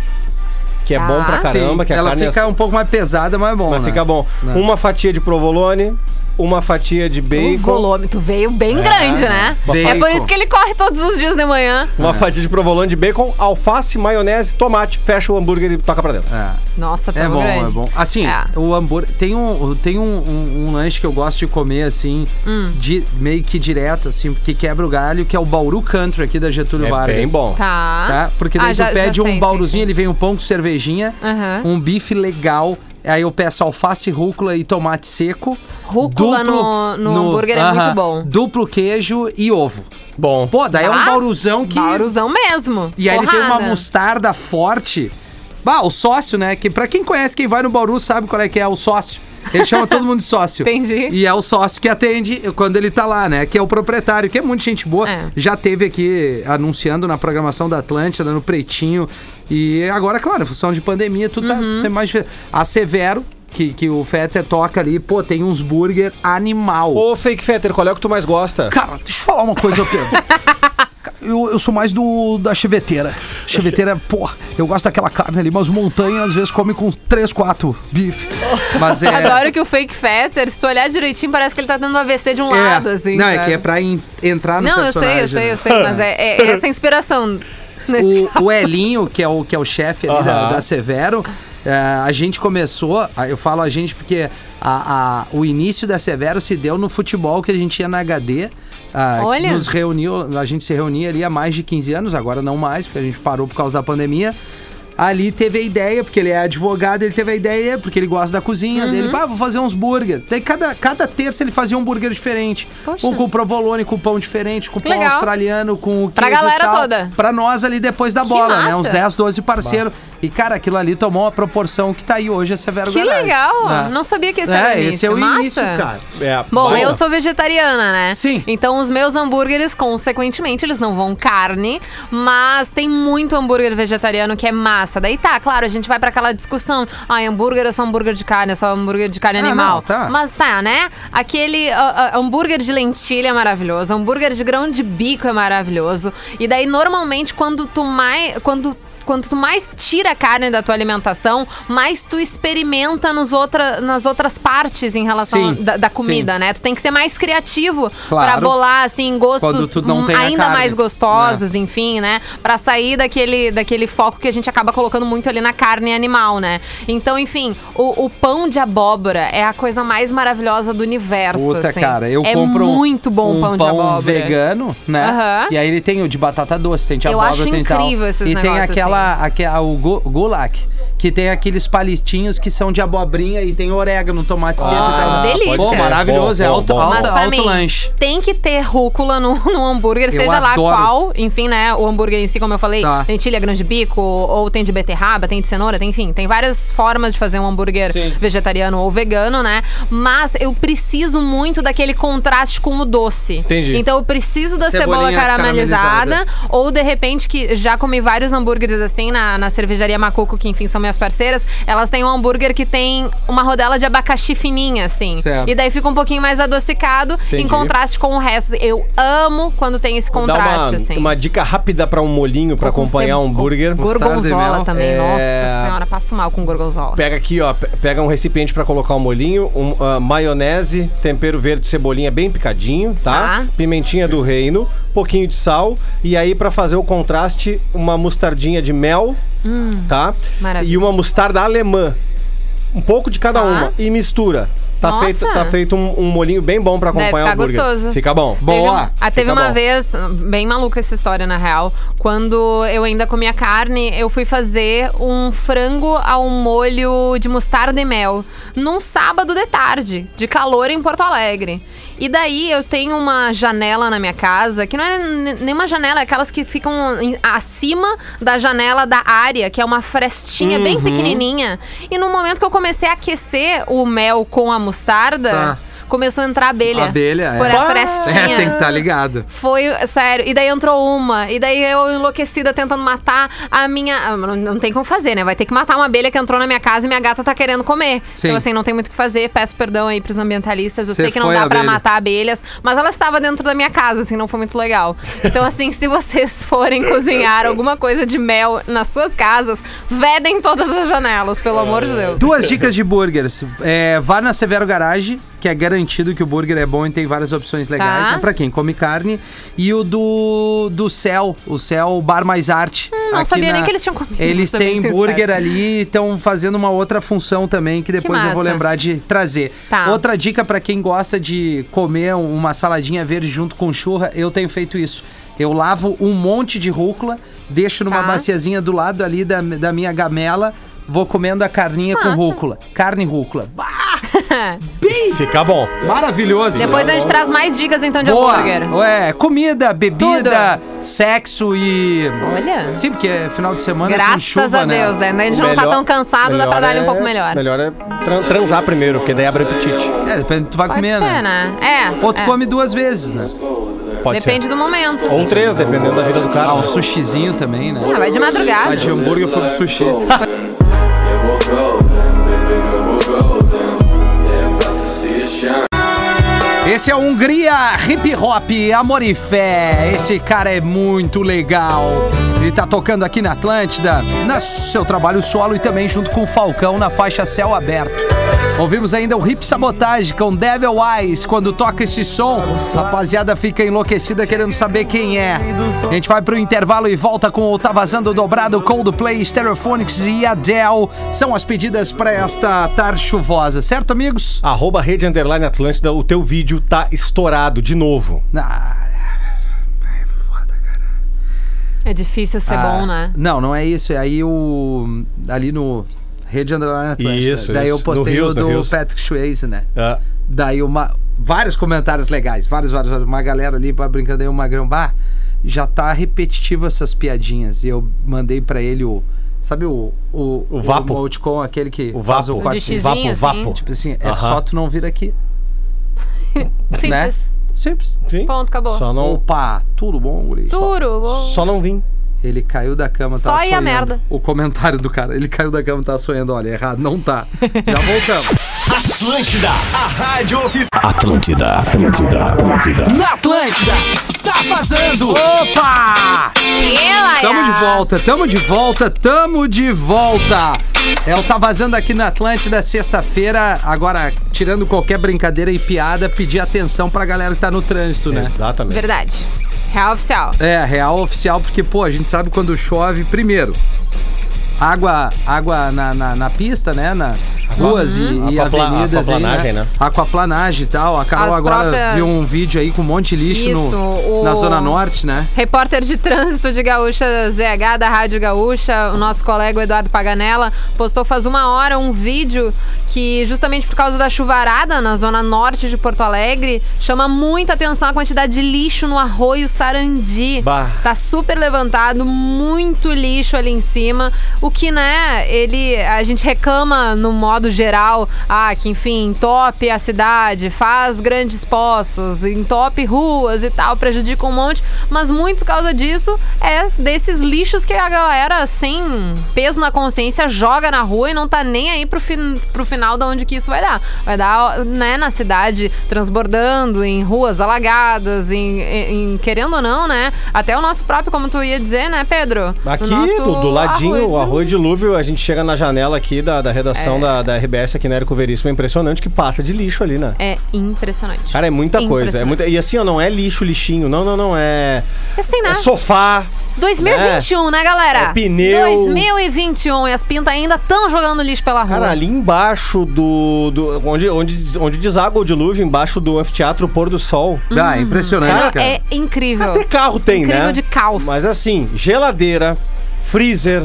S4: que é
S8: Tá.
S4: bom pra caramba,
S3: Sim,
S4: que a
S3: ela
S4: carne é assim.
S3: fica um pouco mais pesada, mas é bom.
S4: Mas
S3: né?
S4: fica bom.
S3: Não.
S4: Uma fatia de provolone, uma fatia de
S8: O
S4: bacon.
S8: volume, tu veio bem grande, né?
S3: Bacon.
S8: É por isso que ele corre todos os dias de manhã.
S4: Uma fatia de provolone de bacon, alface, maionese, tomate, fecha o hambúrguer e toca pra dentro.
S3: É.
S8: Nossa, tá
S3: É bom,
S8: grande.
S3: é bom. Assim,
S8: É.
S3: o hambúrguer. Tem, um, tem um, um- um lanche que eu gosto de comer, assim,
S8: Hum.
S3: di- meio que direto, assim, porque quebra o galho, que é o Bauru Country aqui da Getúlio
S4: É
S3: Vargas.
S4: bem bom.
S8: Tá.
S3: Tá? Porque daí
S8: Ah,
S3: tu
S8: já- já
S3: pede
S8: sei,
S3: um
S8: sei,
S3: bauruzinho,
S8: sei.
S3: ele vem um pão com cervejinha,
S8: Aham.
S3: um bife legal. Aí eu peço alface, rúcula e tomate seco.
S8: Rúcula no- no hambúrguer é
S3: aham,
S8: muito bom.
S3: Duplo queijo e ovo.
S4: Bom.
S3: Pô, daí é um
S8: Ah,
S3: bauruzão que.
S8: Bauruzão mesmo.
S3: E aí ele tem uma
S8: Porrada.
S3: mostarda forte. Bah, o sócio, né? Que pra quem conhece, quem vai no Bauru sabe qual é que é o sócio. Ele chama todo mundo de sócio.
S8: Entendi.
S3: E é o sócio que atende quando ele tá lá, né? Que é o proprietário, que é muita gente boa.
S8: É.
S3: Já teve aqui anunciando na programação da Atlântida, no Pretinho. E agora, claro, em função de pandemia, tudo tá
S8: Uhum.
S3: sendo mais difícil. A Severo, que, que o Fetter toca ali, pô, tem uns burger animal.
S4: Ô, Fake Fetter, qual é o que tu mais gosta?
S1: Cara, deixa eu falar uma coisa, Pedro. Eu, eu sou mais do da cheveteira. Cheveteira, pô, eu gosto daquela carne ali, mas montanha às vezes come com 3, 4 bife.
S3: Mas é...
S8: Adoro que o fake fetter, se tu olhar direitinho, parece que ele tá dando AVC de um
S3: É.
S8: lado, assim.
S3: não, é
S8: sabe?
S3: que é pra en- entrar no
S8: Não, eu
S3: personagem.
S8: sei, eu sei,
S3: né?
S8: eu sei, mas é, é essa a inspiração nesse
S3: O,
S8: caso.
S3: o Elinho, que é o, que é o chefe ali da,
S4: Aham.
S3: da Severo, é, a gente começou, a- eu falo a gente porque a- a- o início da Severo se deu no futebol que a gente ia na HD. ah,
S8: Olha.
S3: Nos reuniu, a gente se reunia ali há mais de 15 anos, agora não mais, porque a gente parou por causa da pandemia. Ali teve a ideia, porque ele é advogado, ele teve a ideia, porque ele gosta da cozinha
S8: Uhum.
S3: dele. Pá, vou fazer uns burger. Daí cada, cada terça ele fazia um burger diferente.
S8: Poxa.
S3: Um com provolone, com pão diferente, com pão
S8: Legal.
S3: australiano, com o
S8: Pra
S3: queijo e
S8: galera
S3: tal.
S8: toda.
S3: Pra nós ali depois da bola, né?
S8: massa.
S3: Uns 10, 12 parceiros. E, cara, aquilo ali tomou uma proporção que tá aí hoje, a Severo
S8: Que
S3: Garage.
S8: legal!
S3: Né?
S8: Não sabia que esse
S3: é,
S8: era o início.
S3: esse é o
S8: Massa.
S3: início, cara.
S4: É,
S8: Bom,
S4: bala.
S8: eu sou vegetariana, né?
S3: Sim.
S8: Então os meus hambúrgueres, consequentemente, eles não vão carne, mas tem muito hambúrguer vegetariano que é massa. Daí tá, claro, a gente vai pra aquela discussão. Ah, hambúrguer é só hambúrguer de carne, é só hambúrguer de carne
S3: Ah,
S8: animal.
S3: não, tá.
S8: Mas tá, né? Aquele ah, ah, hambúrguer de lentilha é maravilhoso, hambúrguer de grão de bico é maravilhoso. E daí, normalmente, quando tu mais. Quando quando tu mais tira a carne da tua alimentação, mais tu experimenta nos outra, nas outras partes em relação
S3: Sim,
S8: da, da
S3: sim.
S8: comida, né? Tu tem que ser mais criativo
S3: Claro.
S8: pra bolar assim
S3: Quando
S8: gostos
S3: tu não
S8: hum,
S3: tem a
S8: ainda
S3: carne. né?
S8: mais gostosos, enfim, né? Pra sair daquele daquele foco que a gente acaba colocando muito ali na carne animal, né? Então, enfim, o, o pão de abóbora é a coisa mais maravilhosa do universo,
S3: Puta,
S8: assim.
S3: cara, eu
S8: é
S3: compro um-
S8: muito bom
S3: um
S8: o pão, de abóbora.
S3: vegano, né?
S8: Aham.
S3: E aí ele tem o de batata doce, tem de
S8: Eu
S3: abóbora,
S8: acho
S3: tem tal.
S8: incrível esses
S3: E tem
S8: negócios, assim.
S3: aquela, aquela o go- gulak, que tem aqueles palitinhos que são de abobrinha e tem orégano, tomate seco e tal.
S8: Ah, delícia.
S3: Pô, maravilhoso, é
S4: Bom, bom,
S3: alto,
S4: bom.
S3: alto,
S8: Mas pra
S3: alto
S8: mim,
S3: lanche.
S8: tem que ter rúcula no, no hambúrguer,
S3: Eu
S8: seja lá
S3: adoro.
S8: qual. Enfim, né? O hambúrguer em si, como eu falei,
S3: Tá.
S8: lentilha, grão de bico, ou tem de beterraba, tem de cenoura, tem, enfim, tem várias formas de fazer um hambúrguer vegetariano ou vegano, né? Mas eu preciso muito daquele contraste com o doce.
S4: Entendi.
S8: Então eu preciso da
S3: Cebolinha
S8: cebola caramelizada,
S3: caramelizada.
S8: ou de repente que já comi vários hambúrgueres assim na, na cervejaria Macuco, que enfim são minhas parceiras, elas têm um hambúrguer que tem uma rodela de abacaxi fininha, assim.
S3: Certo.
S8: E daí fica um pouquinho mais adocicado,
S4: Entendi.
S8: em contraste com o resto. Eu amo quando tem esse
S4: Vou dar
S8: contraste,
S4: uma,
S8: assim.
S4: uma dica rápida pra um molinho pra
S8: Ou com
S4: acompanhar
S8: cebo-
S4: um hambúrguer.
S3: Mostarda e
S8: Gorgonzola
S3: mel.
S8: também.
S4: É.
S8: Nossa senhora, passo mal com gorgonzola.
S4: Pega aqui, ó. pe- Pega um recipiente pra colocar o molinho, um, ah, maionese, tempero verde, cebolinha bem picadinho, tá?
S8: Tá.
S4: Pimentinha do reino, pouquinho de sal. E aí, pra fazer o contraste, uma mostardinha de mel, tá?
S8: Hum, maravilha.
S4: E uma mostarda alemã. Um pouco de cada
S8: Tá.
S4: uma. E mistura. Tá
S8: Nossa.
S4: feito, tá feito um, um molinho bem bom pra
S8: Deve
S4: acompanhar
S8: ficar
S4: o hambúrguer.
S8: gostoso.
S4: Fica bom.
S3: Bom. Boa.
S8: Teve, um- ah, teve
S4: Fica
S8: uma
S4: bom.
S8: vez, bem maluca essa história, na real. Quando eu ainda comia carne, eu fui fazer um frango ao molho de mostarda e mel. Num sábado de tarde, de calor em Porto Alegre. E daí eu tenho uma janela na minha casa, que não é ne- nenhuma janela, é aquelas que ficam em- acima da janela da área, que é uma frestinha
S3: Uhum.
S8: bem pequenininha. E no momento que eu comecei a aquecer o mel com a mostarda,
S3: Tá.
S8: começou a entrar abelha.
S3: Abelha, é.
S8: Por
S3: Bah!
S8: a frestinha.
S3: É, tem que estar ligado.
S8: Foi, sério. E daí entrou uma. E daí eu, enlouquecida, tentando matar a minha. ah, Não, não tem como fazer, né? Vai ter que matar uma abelha que entrou na minha casa e minha gata tá querendo comer.
S3: Sim.
S8: Então, assim, não tem muito o que fazer. Peço perdão aí pros ambientalistas. Eu
S3: Cê
S8: sei que não
S3: foi
S8: dá
S3: a
S8: pra
S3: abelha.
S8: matar abelhas, mas ela estava dentro da minha casa, assim, não foi muito legal. Então, assim, se vocês forem cozinhar alguma coisa de mel nas suas casas, vedem todas as janelas, pelo amor de Deus.
S3: Duas dicas de burgers. É, vá na Severo Garage, que é garantido que o burger é bom e tem várias opções legais,
S8: Tá.
S3: né? Pra quem come carne. E o do, do Céu, o Céu Bar Mais Arte.
S8: Hum, não
S3: aqui
S8: sabia nem que eles tinham comido,
S3: Eles
S8: pra ser
S3: têm
S8: bem
S3: burger
S8: sincera.
S3: ali e estão fazendo uma outra função também, que depois eu vou
S8: massa.
S3: lembrar de trazer.
S8: Tá.
S3: Outra dica pra quem gosta de comer uma saladinha verde junto com churra, eu tenho feito isso. Eu lavo um monte de rúcula, deixo numa
S8: Tá.
S3: baciazinha do lado ali da, da minha gamela, vou comendo a carninha com
S8: Massa.
S3: rúcula. Carne e rúcula. Bah,
S4: Fica bom.
S3: maravilhoso.
S8: Depois a gente traz mais dicas, então, de
S3: Boa.
S8: hambúrguer.
S3: Ué, comida, bebida, sexo e...
S8: Olha.
S3: Sim, porque é final de semana é com
S8: Graças
S3: chuva,
S8: a Deus, né? A gente não tá
S4: Melhor-
S8: tão cansado, dá
S4: melhor
S8: pra dar ele um
S4: é-
S8: pouco melhor.
S4: Melhor é tran- transar primeiro, porque daí abre o apetite.
S3: É, depende do que tu vai
S8: Pode
S3: comer,
S8: ser, né? É.
S3: Ou tu
S8: é.
S3: come duas vezes, né?
S4: Pode
S8: Depende
S4: ser.
S8: do momento.
S4: Ou um três, dependendo da vida do cara.
S3: Ah, o sushizinho também, né?
S8: Ah, vai de madrugada.
S3: Mas de um. hambúrguer foi pro sushi. Esse é a Hungria Hip Hop Amor e Fé. Esse cara é muito legal. Ele tá tocando aqui na Atlântida, no seu trabalho solo e também junto com o Falcão na faixa Céu Aberto. Ouvimos ainda o Hip Sabotage com Devil Eyes. Quando toca esse som, a rapaziada fica enlouquecida querendo saber quem é. A gente vai pro intervalo e volta com o Tá Vazando Dobrado, Coldplay, Stereophonics e Adele. São as pedidas pra esta tarde chuvosa, certo, amigos?
S4: Arroba Rede Underline Atlântida, o teu vídeo tá estourado de novo.
S3: Ah,
S8: É difícil ser
S3: Ah,
S8: bom, né?
S3: Não, não é isso. É aí o. Ali no. Rede Underline Atlântica.
S4: Isso,
S3: Daí eu
S4: isso.
S3: postei
S4: No
S3: o
S4: Rios, no
S3: do
S4: Rios.
S3: Patrick Swayze, né?
S4: Ah,
S3: Daí uma. Vários comentários legais, vários, vários, vários. Uma galera ali pra- brincando aí, o Magrão. Bah, já tá repetitivo essas piadinhas. E eu mandei pra ele o. Sabe o. O,
S4: O vapo.
S3: O emoticon, aquele que
S4: o
S3: faz o
S4: vapo.
S3: corte.
S8: xizinho,
S4: vapo,
S8: assim.
S4: vapo.
S3: Tipo assim, é
S4: Aham.
S3: só tu não vir aqui,
S8: Simples.
S3: né? Simples.
S4: Sim.
S8: Ponto, acabou.
S4: Só não,
S3: Opa, tudo bom, guri?
S8: Duro. bom.
S4: só não vim.
S3: Ele caiu da cama,
S8: Só
S3: tava
S8: aí a
S3: sonhando.
S8: merda.
S3: O comentário do cara, ele caiu da cama, tava sonhando. Olha, errado, não tá. Já voltamos.
S9: Atlântida, a rádio oficial. Atlântida, Atlântida, Atlântida.
S3: Na Atlântida, tá vazando! Opa!
S8: Ela,
S3: Tamo de
S8: ela.
S3: volta, tamo de volta, tamo de volta! É o Tá Vazando aqui na Atlântida, sexta-feira. Agora, tirando qualquer brincadeira e piada, pedir atenção pra galera que tá no trânsito, né?
S4: Exatamente.
S8: Verdade. Real oficial.
S3: É, real oficial, porque, pô, a gente sabe quando chove, primeiro, água água na, na, na pista, né? Na ruas e- e,
S4: Uhum. Aquapla-
S3: avenidas aí,
S4: aquaplanagem,
S3: né?
S4: né?
S3: Aquaplanagem e tal. A Carol
S8: As
S3: agora
S8: próprias-
S3: viu um vídeo aí com um monte de lixo no-
S8: Isso, o-
S3: na Zona Norte, né?
S8: Repórter de trânsito de Gaúcha ZH, da Rádio Gaúcha, o nosso colega Eduardo Paganella, postou faz uma hora um vídeo que, justamente por causa da chuvarada na zona norte de Porto Alegre, chama muita atenção a quantidade de lixo no arroio Sarandi.
S4: Bah.
S8: Tá super levantado, muito lixo ali em cima. O que, né, ele. A gente reclama no modo modo geral, ah, que enfim, entope a cidade, faz grandes poças, entope ruas e tal, prejudica um monte, mas muito por causa disso é desses lixos que a galera sem peso na consciência joga na rua e não tá nem aí pro, fin pro final de onde que isso vai dar. Vai dar, né, na cidade transbordando, em ruas alagadas, em, em- em- querendo ou não, né, até o nosso próprio, como tu ia dizer, né, Pedro?
S4: Aqui,
S8: O nosso
S4: do, do ladinho, o
S8: arroz. né?
S4: arroz dilúvio, a gente chega na janela aqui da, da redação da, da RBS aqui na Érico Veríssimo. É impressionante que passa de lixo ali, né?
S8: É impressionante.
S4: Cara, é muita coisa. É
S8: Impressionante.
S4: muita... E assim, ó, não é lixo, lixinho. Não, não, não. É,
S8: É sem
S4: é
S8: nada.
S4: sofá.
S8: 2021, né, galera?
S4: É pneu.
S8: 2021 e as pintas ainda estão jogando lixo pela rua.
S4: Cara, ali embaixo do. do onde, onde, onde deságua o dilúvio, embaixo do anfiteatro Pôr do Sol.
S3: Ah, impressionante,
S8: Não,
S3: cara.
S8: Uhum. é incrível.
S4: Até carro tem,
S8: Incrível
S4: né?
S8: de caos.
S4: Mas assim, geladeira, freezer,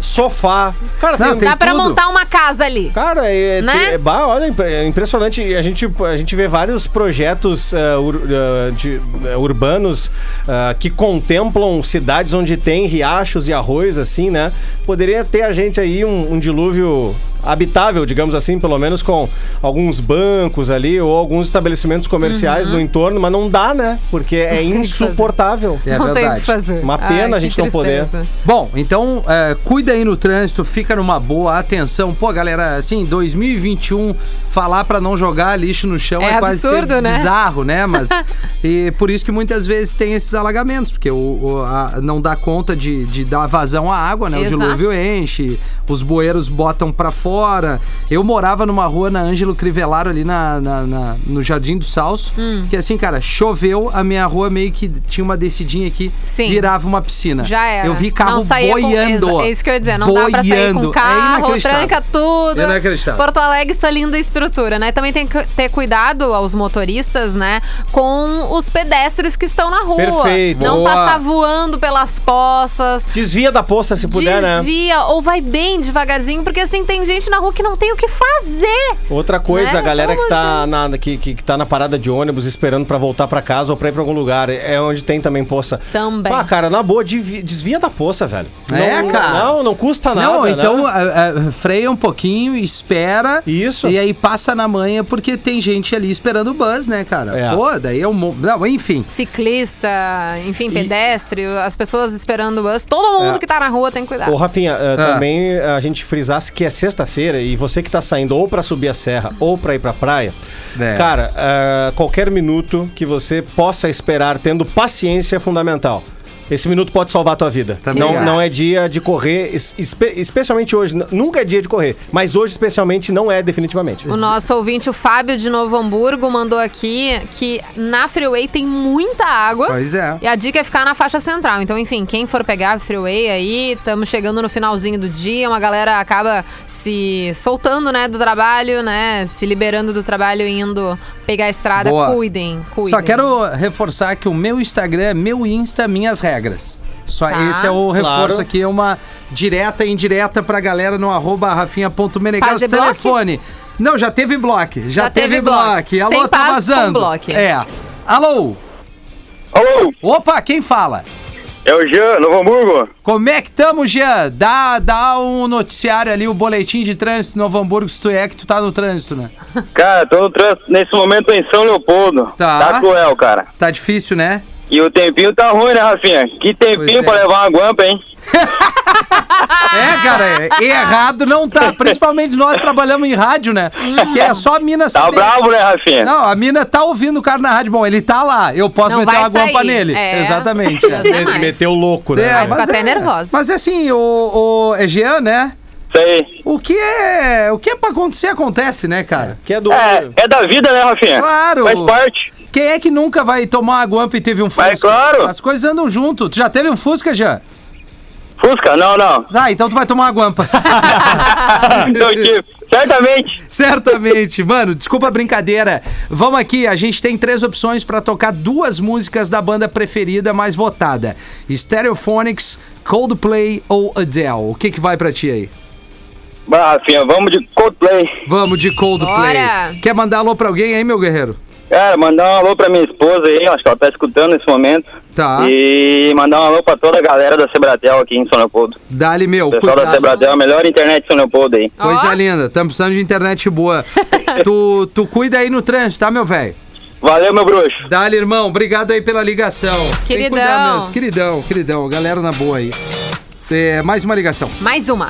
S4: sofá. Cara, um
S3: Não,
S8: Dá
S3: tem
S8: pra
S3: tudo.
S8: montar uma casa ali.
S4: Cara, é,
S8: Né?
S4: tem- é- bah, olha, impre- é impressionante. A gente, a gente vê vários projetos ah, ur- ah, de- ah, urbanos ah, que contemplam cidades onde tem riachos e arroios, assim, né? Poderia ter a gente aí um, um dilúvio habitável, digamos assim, pelo menos com alguns bancos ali ou alguns estabelecimentos comerciais no entorno, mas não dá, né? Porque é
S8: Uhum. tem o que fazer.
S4: insuportável.
S3: É
S8: não tem o
S3: verdade.
S8: que fazer.
S4: Uma pena
S8: Ai,
S4: a
S8: que
S4: gente não poder.
S8: tristeza.
S3: Bom, então é, cuida aí no trânsito, fica numa boa, atenção. Pô, galera, assim, 2021, falar pra não jogar lixo no chão é,
S8: É
S3: quase ser
S8: absurdo, né?
S3: bizarro, né? Mas e por isso que muitas vezes tem esses alagamentos, porque o, o- a- não dá conta de, de dar vazão à água, né?
S8: Exato.
S3: O dilúvio enche, os bueiros botam pra fora. Eu morava numa rua na Ângelo Crivellaro ali na, na- na- no Jardim do Salso,
S8: Hum.
S3: que assim, cara, choveu, a minha rua meio que tinha uma descidinha aqui,
S8: Sim.
S3: virava uma piscina.
S8: Já era.
S3: Eu vi carro
S8: não saía
S3: boiando.
S8: Com, é isso que eu ia dizer. Não dá pra sair
S3: Boiando.
S8: com
S3: É
S8: carro,
S3: inacreditável.
S8: tranca tudo.
S3: Inacreditável.
S8: Porto Alegre sua linda estrutura, né? Também tem que ter cuidado aos motoristas, né? Com os pedestres que estão na rua.
S4: Perfeito.
S8: Não
S4: Boa.
S8: passar voando pelas poças.
S4: Desvia da poça se puder, né?
S8: desvia ou vai bem devagarzinho, porque assim tem gente na rua que não tem o que fazer.
S4: Outra coisa,
S8: Né?
S4: a galera que
S8: Pelo
S4: tá, na, que, que, que tá na parada de ônibus esperando pra voltar pra casa ou pra ir pra algum lugar, é onde tem também poça.
S8: Também.
S4: Ah, cara, na boa, devi- desvia da poça, velho.
S3: É,
S4: não,
S3: cara.
S4: Não, não custa nada.
S3: Não, então
S4: Né?
S3: ah, ah, freia um pouquinho, espera.
S4: Isso.
S3: E aí passa na manhã, porque tem gente ali esperando o bus, né, cara?
S4: É.
S3: Pô, daí é um. mon- Não, enfim.
S8: Ciclista, enfim, pedestre, as pessoas esperando o bus. Todo mundo
S4: É.
S8: que tá na rua tem que cuidar.
S4: Ô, Rafinha, ah, também a gente frisasse que é sexta-feira e você que tá saindo ou pra subir a serra ou pra ir pra praia,
S3: É.
S4: cara, ah, qualquer minuto que você possa esperar tendo paciência é fundamental. Esse minuto pode salvar a tua vida.
S3: Também
S4: Não,
S3: acho.
S4: não é dia de correr, es- espe- especialmente hoje. n- Nunca é dia de correr, mas hoje especialmente não é definitivamente.
S8: O nosso ouvinte, o Fábio de Novo Hamburgo, mandou aqui que na freeway tem muita água.
S3: Pois é.
S8: E a dica é ficar na faixa central. Então, enfim, quem for pegar a freeway aí, estamos chegando no finalzinho do dia, uma galera acaba se soltando, né, do trabalho, né, se liberando do trabalho e indo pegar a estrada.
S3: Boa.
S8: Cuidem, cuidem.
S3: Só quero reforçar que o meu Instagram é meu Insta, minhas regras. Só
S8: Tá.
S3: esse é o
S4: Claro.
S3: reforço aqui, é uma direta e indireta pra galera no arroba rafinha.menegas
S8: Fazer bloco?
S3: telefone. Não, já teve bloco. Já,
S8: Já
S3: teve,
S8: teve
S3: bloco.
S8: bloco.
S3: Alô,
S8: Sem
S3: tá
S8: paz, com
S3: vazando.
S8: bloco.
S3: É. Alô?
S10: Alô,
S3: Opa, quem fala?
S10: é o Jean, Novo Hamburgo?
S3: Como é que tamo, Jean? Dá, dá um noticiário ali, o boletim de trânsito Novo Hamburgo, se tu é que tu tá no trânsito, né?
S10: Cara, tô no trânsito nesse momento em São Leopoldo.
S3: Tá.
S10: cruel, cara.
S3: Tá difícil, né?
S10: E o tempinho tá ruim, né, Rafinha? Que
S3: Pois é.
S10: tempinho pra levar uma guampa, hein?
S3: É, cara, é- errado não tá. Principalmente nós trabalhamos em rádio, né? Que é só a mina
S10: Tá
S3: saber.
S10: bravo, né, Rafinha?
S3: Não, a mina tá ouvindo o cara na rádio. Bom, ele tá lá, eu posso
S8: Não
S3: meter
S8: vai
S3: uma guampa
S8: sair.
S3: nele.
S8: É.
S3: Exatamente. É,
S8: Deus é mais.
S4: Meteu louco, né?
S8: Vai ficar até nervosa.
S3: Mas é assim, o, o é Jean, né?
S10: Isso aí.
S3: O que é, o que é pra acontecer, acontece, né, cara?
S4: Que é do.
S10: É, é da vida, né, Rafinha?
S3: Claro.
S10: Faz parte.
S3: Quem é que nunca vai tomar uma guampa e teve um Fusca?
S10: Vai, claro.
S3: As coisas andam junto. Tu já teve um Fusca, Jean?
S10: Fusca, não, não.
S3: Ah, então tu vai tomar uma guampa. Ah.
S10: Então, tipo, certamente.
S3: Certamente. Mano, desculpa a brincadeira. Vamos aqui, a gente tem três opções pra tocar duas músicas da banda preferida mais votada: Stereophonics, Coldplay ou Adele. O que que vai pra ti aí?
S10: Bah, Rafinha, vamos de Coldplay.
S3: Vamos de Coldplay.
S8: Bora.
S3: Quer mandar alô pra alguém aí, meu guerreiro?
S10: Cara, mandar um alô pra minha esposa aí, acho que ela tá escutando nesse momento.
S3: Tá.
S10: E mandar um alô pra toda a galera da Sebratel aqui em São Leopoldo.
S3: Dali, meu,
S10: O pessoal da
S3: cuidado. né?
S10: Sebratel, a melhor internet de São Leopoldo aí.
S3: Coisa
S8: Ó.
S3: linda, estamos precisando de internet boa. tu, tu cuida aí no trânsito, tá, meu velho?
S10: Valeu, meu bruxo.
S3: Dali, irmão, obrigado aí pela ligação. Tem que cuidar
S8: Queridão.
S3: mesmo. Queridão, queridão, galera na boa aí. É, mais uma ligação.
S8: Mais uma.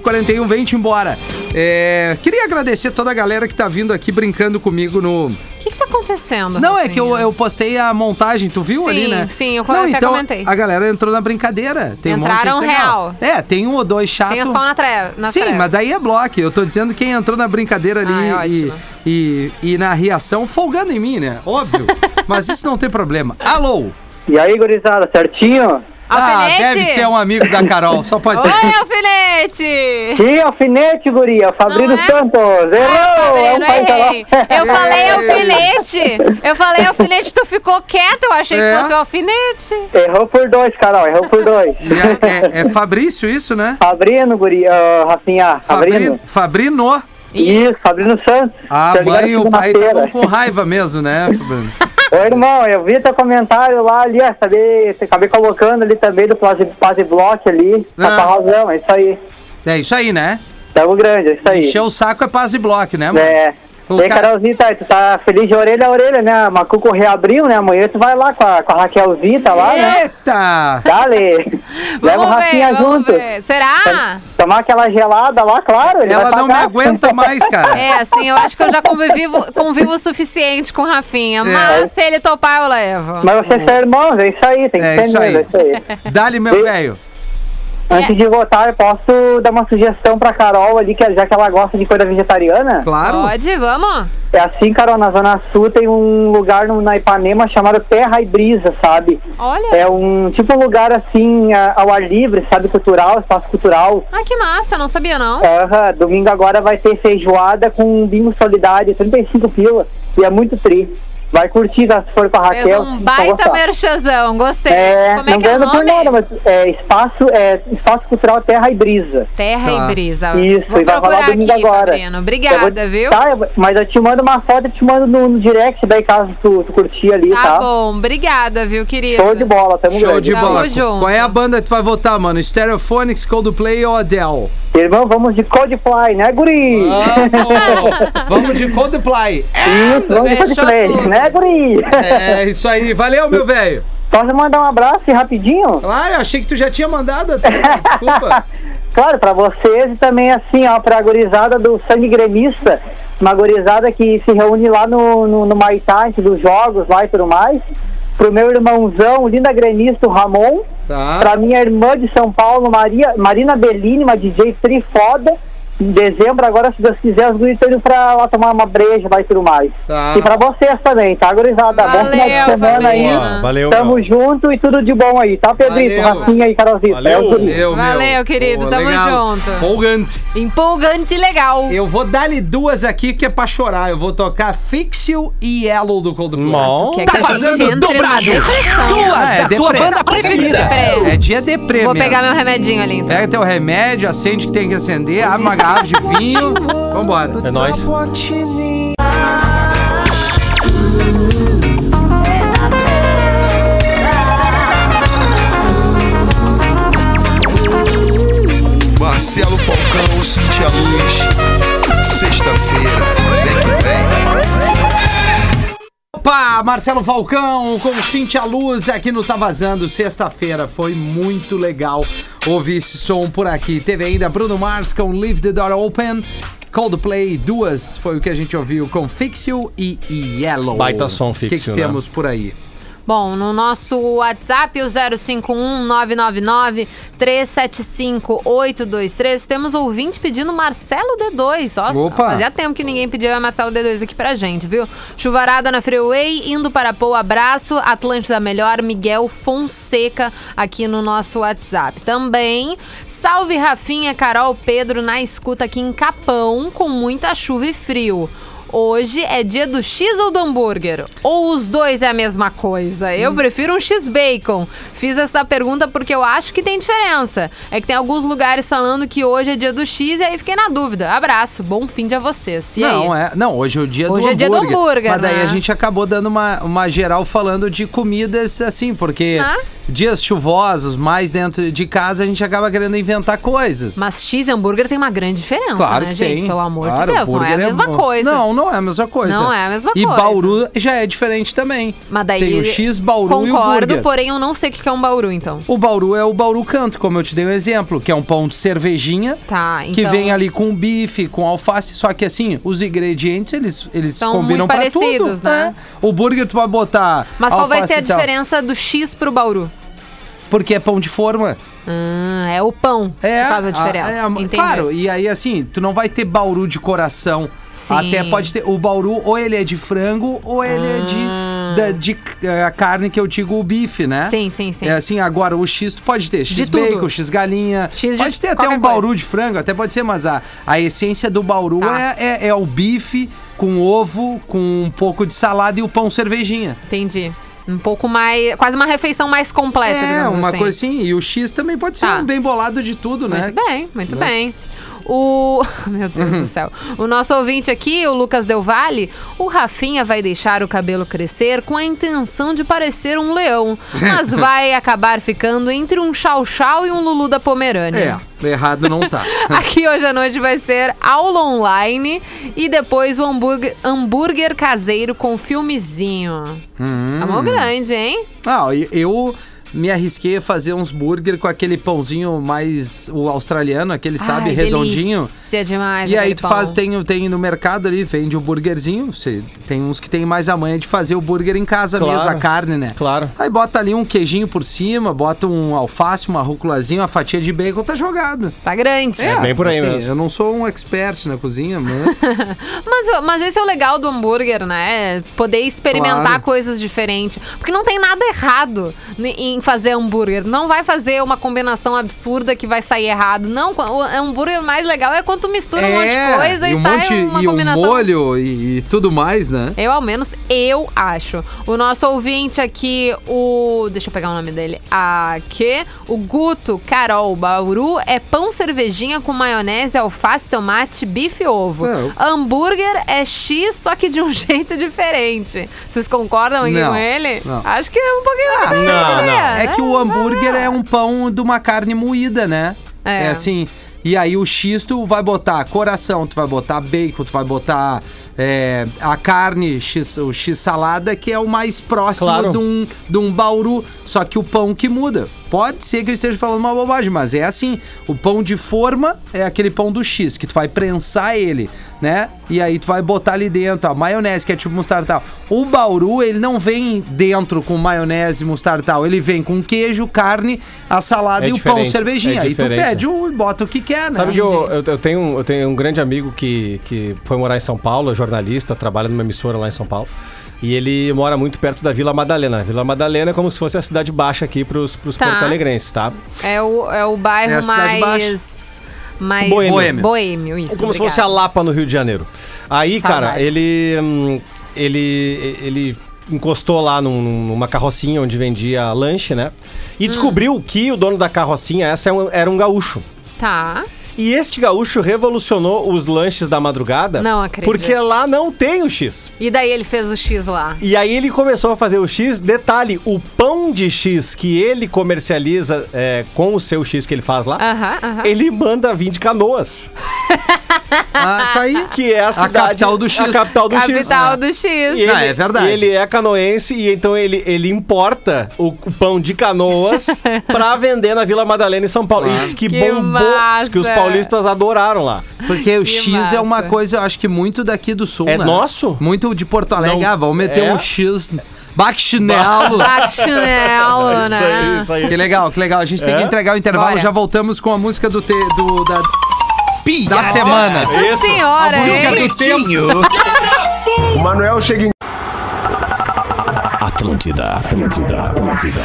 S3: 3231-1941, vem te embora. É, queria agradecer toda a galera que tá vindo aqui brincando comigo no.
S8: O que, que tá acontecendo?
S3: Não, é
S8: Rafinha?
S3: que eu, eu postei a montagem, tu viu
S8: né? Sim,
S3: ali, né?
S8: sim, eu
S3: Não,
S8: até
S3: então,
S8: comentei.
S3: A galera entrou na brincadeira. Tem um
S8: Entraram
S3: monte de gente legal.
S8: real.
S3: É, tem um ou dois chatos.
S8: Tem os pau na treva. na
S3: Sim,
S8: treva.
S3: mas daí é bloco. Eu tô dizendo quem entrou na brincadeira ali
S8: Ah, é ótimo.
S3: e, e, e na reação, folgando em mim, né? Óbvio. mas isso não tem problema. Alô?
S10: E aí, gurizada, certinho?
S8: Alfinete?
S3: deve ser um amigo da Carol, só pode ser.
S8: Oi, alfinete!
S10: Que alfinete, guria, Fabrício
S8: Não é?
S10: Santos. Errou! É um
S8: Fabrino,
S10: pai
S8: errei. Eu
S10: carol.
S8: falei alfinete! Eu falei alfinete, tu ficou quieto, eu achei
S3: É.
S8: que fosse o alfinete.
S10: Errou por dois, Carol, errou por dois.
S3: E É, é, é Fabrício isso, né?
S10: Fabrino, guria, ah, Rafinha,
S3: Fabri-
S10: Fabrino.
S3: Fabrino.
S10: Isso, Fabrino Santos.
S3: A
S10: Tá ligado
S3: Ah, mãe e o pai
S10: segunda-feira.
S3: estão com raiva mesmo, né, Fabrino?
S10: Ô, irmão, eu vi teu comentário lá ali, ó, acabei, acabei colocando ali também do Plaza, Plaza Block ali.
S3: Ah.
S10: Tá com a razão, é isso aí.
S3: É isso aí, né?
S10: Tamo grande, é isso aí.
S3: Encher o saco é paz e bloco, né, mano?
S10: É.
S3: O
S10: Ei,
S3: cara-
S10: Carolzinho, tá, tu tá feliz de orelha a orelha, né? A Macuco reabriu, né? Amanhã tu vai lá com a, com a Raquelzinha, tá lá, né?
S3: Eita!
S10: Dale! Leva o Rafinha junto.
S8: É, Será?
S10: Tomar aquela gelada lá, claro. Ele
S3: Ela
S10: vai
S3: não me
S10: pagar.
S3: aguenta mais, cara.
S8: É, assim, eu acho que eu já convivo, convivo o suficiente com o Rafinha.
S3: É.
S8: Mas se ele topar, eu levo.
S10: Mas vocês são irmãos, é isso aí, tem que
S3: É
S10: ser
S3: isso aí.
S10: mesmo, é isso aí.
S3: Dá-lhe, meu
S10: E-
S3: velho.
S10: Antes
S8: é-
S10: de votar, eu posso dar uma sugestão pra Carol ali, que já que ela gosta de coisa vegetariana.
S3: Claro.
S8: Pode, vamos?
S10: É assim, Carol, na Zona Sul tem um lugar no, na Ipanema chamado Terra e Brisa, sabe?
S8: Olha.
S10: É um tipo um lugar assim, a- ao ar livre, sabe? Cultural, espaço cultural.
S8: Ah, que massa, não sabia não.
S10: Aham, domingo agora vai ter feijoada com bingo solidário, 35 pila. E é muito tri. Vai curtir tá? se for com a
S8: Fez
S10: Raquel.
S8: um
S10: vocês vão
S8: baita
S10: gostar.
S8: merchazão, gostei.
S10: É,
S8: Como é
S10: não
S8: que é o
S10: ganhando por
S8: nome?
S10: nada, mas é espaço, é, espaço cultural Terra e Brisa.
S8: Terra
S3: Tá.
S8: e Brisa.
S10: Isso,
S8: Vou
S10: e vai
S8: procurar
S10: rolar domingo
S8: aqui,
S10: agora.
S8: Fabrino.
S10: Eu vou-
S8: Obrigada, viu?
S10: Tá, eu vou- mas eu te mando uma foto e te mando no, no direct, daí caso tu, tu curtir ali,
S8: Tá
S10: tá?
S8: bom, obrigada, viu, querido?
S10: Show de bola, tamo
S3: Show
S10: grande.
S3: de
S8: Tamo
S3: bola.
S8: junto.
S3: Qual é a banda que tu vai votar, mano? Stereophonics, Coldplay ou Adele?
S10: Irmão, vamos de Coldplay, né, guri?
S3: Ah. Vamos, vamos de Coldplay.
S10: Isso, vamos de
S8: Fechou
S10: Coldplay,
S8: tudo.
S10: né, guri?
S3: É isso aí. Valeu, meu velho.
S10: Posso mandar um abraço aí rapidinho?
S3: Claro, eu achei que tu já tinha mandado. até. Desculpa.
S10: Claro, pra vocês e também assim, ó, pra gorizada do Sangue Gremista, uma gorizada que se reúne lá no, no, no Maitá, antes dos jogos lá e tudo mais. Pro meu irmãozão, o linda gremista, o Ramon.
S3: Tá.
S10: Pra minha irmã de São Paulo, Maria, Marina Bellini, uma DJ tri foda. Em dezembro, agora, se Deus quiser, os guris estão indo pra lá tomar uma breja lá e tudo mais.
S3: Tá.
S10: E pra vocês também, tá, gurizada? Bom final de
S8: Valeu,
S10: semana aí.
S8: Fabiana.
S4: Ó, valeu,
S10: Tamo
S4: meu.
S10: junto e tudo de bom aí, tá, Pedrito?
S3: Valeu.
S10: Rafinha e Carolzinho. É,
S4: Valeu.
S10: os guris.
S3: Valeu, meu.
S8: Valeu, querido, tamo
S3: legal.
S8: junto.
S3: Folgante.
S8: Empolgante e legal.
S3: Eu vou dar-lhe duas aqui que é pra chorar. Eu vou tocar Fix You e Yellow do Coldplay.
S4: Mó.
S8: Quer que a gente entre na depressão?
S3: Ah, é deprê.
S2: Tá
S9: preferida.
S8: Peraí,
S3: É dia deprê
S8: Vou
S3: mesmo.
S8: pegar meu remedinho ali, então.
S3: Pega teu remédio, acende que tem que acender, abre uma garrafa de vinho. Vambora.
S4: É nóis.
S11: Marcelo Falcão, Cintia Luz. Sexta-feira, vem que vem.
S3: Opa, Marcelo Falcão com Cintia Luz aqui no Tá Vazando, sexta-feira. Foi muito legal ouvir esse som por aqui. Teve ainda Bruno Mars com Leave the Door Open. Coldplay, duas foi o que a gente ouviu com Fix You e Yellow.
S4: Baita som,
S3: O que,
S4: Fix
S3: que
S4: You, né?
S3: temos por aí?
S8: Bom, no nosso WhatsApp, o 051-999-375-823, temos ouvinte pedindo Marcelo D2. Nossa,
S3: Opa.
S8: fazia tempo que ninguém pedia Marcelo D2 aqui pra gente, viu? Chuvarada na Freeway, indo para Pô, abraço. Atlântida Melhor, Miguel Fonseca, aqui no nosso WhatsApp. Também, salve Rafinha, Carol, Pedro, na escuta aqui em Capão, com muita chuva e frio.
S2: Hoje é dia do X ou do hambúrguer? Ou os dois é a mesma coisa?
S3: Hum.
S2: Eu prefiro um X bacon. Fiz essa pergunta porque eu acho que tem diferença. É que tem alguns lugares falando que hoje é dia do X e aí fiquei na dúvida. Abraço, bom fim de a vocês. E
S3: Não,
S2: aí?
S3: é. Não, hoje é o dia
S2: Hoje
S3: do
S2: é dia do
S3: hambúrguer.
S2: hambúrguer,
S3: Mas daí
S2: né?
S3: a gente acabou dando uma, uma geral falando de comidas assim, porque
S2: Ah.
S3: dias chuvosos, mais dentro de casa, a gente acaba querendo inventar coisas.
S2: Mas X e hambúrguer tem uma grande diferença,
S3: Claro
S2: né,
S3: que
S2: gente?
S3: tem.
S2: Pelo amor
S3: Claro,
S2: de Deus, não é a
S3: hambúrguer
S2: mesma
S3: bom.
S2: coisa.
S3: Não, não é a mesma coisa.
S2: Não é a mesma
S3: E
S2: coisa.
S3: Bauru já é diferente também.
S2: Mas daí
S3: Tem o X, Bauru
S2: concordo,
S3: e o hambúrguer.
S2: porém eu não sei o que que é um Bauru, então.
S3: O Bauru é o Bauru Canto, como eu te dei um exemplo, que é um pão de cervejinha
S2: Tá, então...
S3: que vem ali com bife, com alface, só que assim, os ingredientes eles, eles
S2: São
S3: combinam
S2: muito
S3: pra tudo,
S2: parecidos, né?
S3: né? O burger tu vai botar
S2: Mas qual vai
S3: alface
S2: ser a
S3: e tal,
S2: diferença do X pro Bauru?
S3: Porque é pão de forma.
S2: Ah, é o pão
S3: É,
S2: que faz a diferença.
S3: é,
S2: Entendi.
S3: claro, e aí assim, tu não vai ter bauru de coração.
S2: Sim.
S3: Até pode ter. O bauru, ou ele é de frango, ou ele é de, da- de, eh, a carne que eu digo o bife, né?
S2: Ah. Sim, sim, sim.
S3: É assim, agora o X, tu pode ter X bacon,
S2: tudo.
S3: X galinha.
S2: X de
S3: pode ter até
S2: qualquer
S3: um bauru de frango, até pode ser, mas a, a essência do bauru
S2: Tá.
S3: é, é, é o bife com ovo, com um pouco de salada e o pão cervejinha.
S2: Entendi. Um pouco mais. Quase uma refeição mais completa,
S3: É,
S2: digamos
S3: uma
S2: assim.
S3: coisa assim. E o X também pode ser
S2: Tá.
S3: um bem bolado de tudo, né? Uhum.
S2: Muito bem, muito bem. O. Meu Deus do céu. O nosso ouvinte aqui, o Lucas Del Valle, o Rafinha vai deixar o cabelo crescer com a intenção de parecer um leão. Mas vai acabar ficando entre um chau-chau e um Lulu da Pomerânia.
S3: É, errado não tá.
S2: Aqui hoje à noite vai ser aula online e depois o hambúrguer, hambúrguer caseiro com filmezinho.
S3: Hum.
S2: Amor grande, hein?
S3: Uhum. Ah, e- eu me arrisquei a fazer uns burger com aquele pãozinho mais o australiano, aquele sabe,
S2: Ai,
S3: redondinho.
S2: Delícia demais.
S3: E aí
S2: aquele
S3: tu
S2: pão.
S3: faz, tem, tem no mercado ali, vende o burgerzinho, você, tem uns que tem mais a manha de fazer o burger em casa
S4: Claro.
S3: mesmo, a carne, né?
S4: Claro.
S3: Aí bota ali um queijinho por cima, bota um alface, uma rúculazinha, uma fatia de bacon, tá jogado.
S2: Tá grande.
S4: É, bem por aí
S3: assim,
S4: mesmo.
S3: Eu não sou um expert na cozinha, mas...
S2: Mas, mas esse é o legal do hambúrguer, né? Poder experimentar
S3: Claro.
S2: coisas diferentes. Porque não tem nada errado ne- em fazer hambúrguer. Não vai fazer uma combinação absurda que vai sair errado. Não, o hambúrguer mais legal é quando tu mistura um monte de coisa e,
S3: um
S2: sai
S3: monte,
S2: uma
S3: e um
S2: combinação.
S3: molho e, e tudo mais, né?
S2: Eu, ao menos, eu acho. O nosso ouvinte aqui, o. Deixa eu pegar o nome dele. Aqui. O Guto Carol Bauru é pão cervejinha com maionese, alface, tomate, bife e ovo.
S3: É, eu-
S2: Hambúrguer é X, só que de um jeito diferente. Vocês concordam aqui
S3: Não,
S2: com ele?
S3: não. Ah,
S2: Acho que é um pouquinho diferente,
S4: não,
S2: né?
S3: É que o hambúrguer é um pão de uma carne moída, né?
S2: É.
S3: É. assim. E aí o X tu vai botar coração, tu vai botar bacon, tu vai botar é, a carne, X, o X salada, que é o mais próximo
S4: Claro.
S3: de, um, de um bauru. Só que o pão que muda. Pode ser que eu esteja falando uma bobagem, mas é assim. O pão de forma é aquele pão do X, que tu vai prensar ele, né? E aí tu vai botar ali dentro a maionese, que é tipo mostarda e tal. O bauru, ele não vem dentro com maionese, mostarda e tal. Ele vem com queijo, carne, a salada
S4: É
S3: e o pão
S4: diferente,
S3: cervejinha.
S4: é
S3: aí tu
S4: diferente.
S3: pede um e bota o que quer, né?
S4: Sabe que eu, eu, eu tenho, um- eu tenho um grande amigo que, que foi morar em São Paulo, é jornalista, trabalha numa emissora lá em São Paulo. E ele mora muito perto da Vila Madalena. Vila Madalena é como se fosse a cidade baixa aqui pros, pros
S2: Tá.
S4: porto-alegrenses, tá?
S2: É o, é o bairro
S3: É a cidade
S2: mais. Mais
S4: Boêmio.
S2: boêmio. Boêmio, isso.
S4: Como se
S2: obrigada.
S4: fosse a Lapa no Rio de Janeiro. Aí,
S2: Saudade.
S4: cara, ele, hum, ele. Ele encostou lá num- numa carrocinha onde vendia lanche, né?
S2: Hum.
S4: E descobriu que o dono da carrocinha, essa é um- era um gaúcho.
S2: Tá.
S4: E este gaúcho revolucionou os lanches da madrugada.
S2: Não acredito.
S4: Porque lá não tem o X.
S2: E daí ele fez o X lá.
S4: E aí ele começou a fazer o X. Detalhe, o pão de X que ele comercializa é, com o seu X que ele faz lá,
S2: Aham, aham.
S4: ele manda vir de Canoas,
S3: Ah, tá aí.
S4: que é a cidade...
S3: capital do X.
S4: A capital do X.
S2: Capital do X.
S4: E ele,
S3: Ah, é verdade.
S4: Ele é canoense e então ele, ele importa o, o pão de canoas pra vender na Vila Madalena em São Paulo. E diz que,
S2: Que
S4: bombou, diz que os
S2: massa.
S4: paulistas adoraram lá.
S3: Porque o
S2: Que
S3: X é uma
S2: massa.
S3: coisa, eu acho que muito daqui do sul,
S4: É
S3: né?
S4: nosso?
S3: Muito de Porto Alegre.
S4: Não-
S3: Ah, vamos meter
S4: É?
S3: um X. Bachinelo.
S2: Bate chinelo,
S4: Isso
S2: é né?
S4: aí, isso aí.
S3: Que legal, que legal. A gente tem
S4: É?
S3: que entregar o intervalo.
S2: Bora.
S3: Já voltamos com a música do, te, do da, da
S4: né?
S3: semana.
S2: Nossa
S4: Isso.
S2: senhora,
S3: Música
S2: hein?
S3: do tempo.
S12: O Manuel chega em
S13: Atlântida, Atlântida, Atlântida.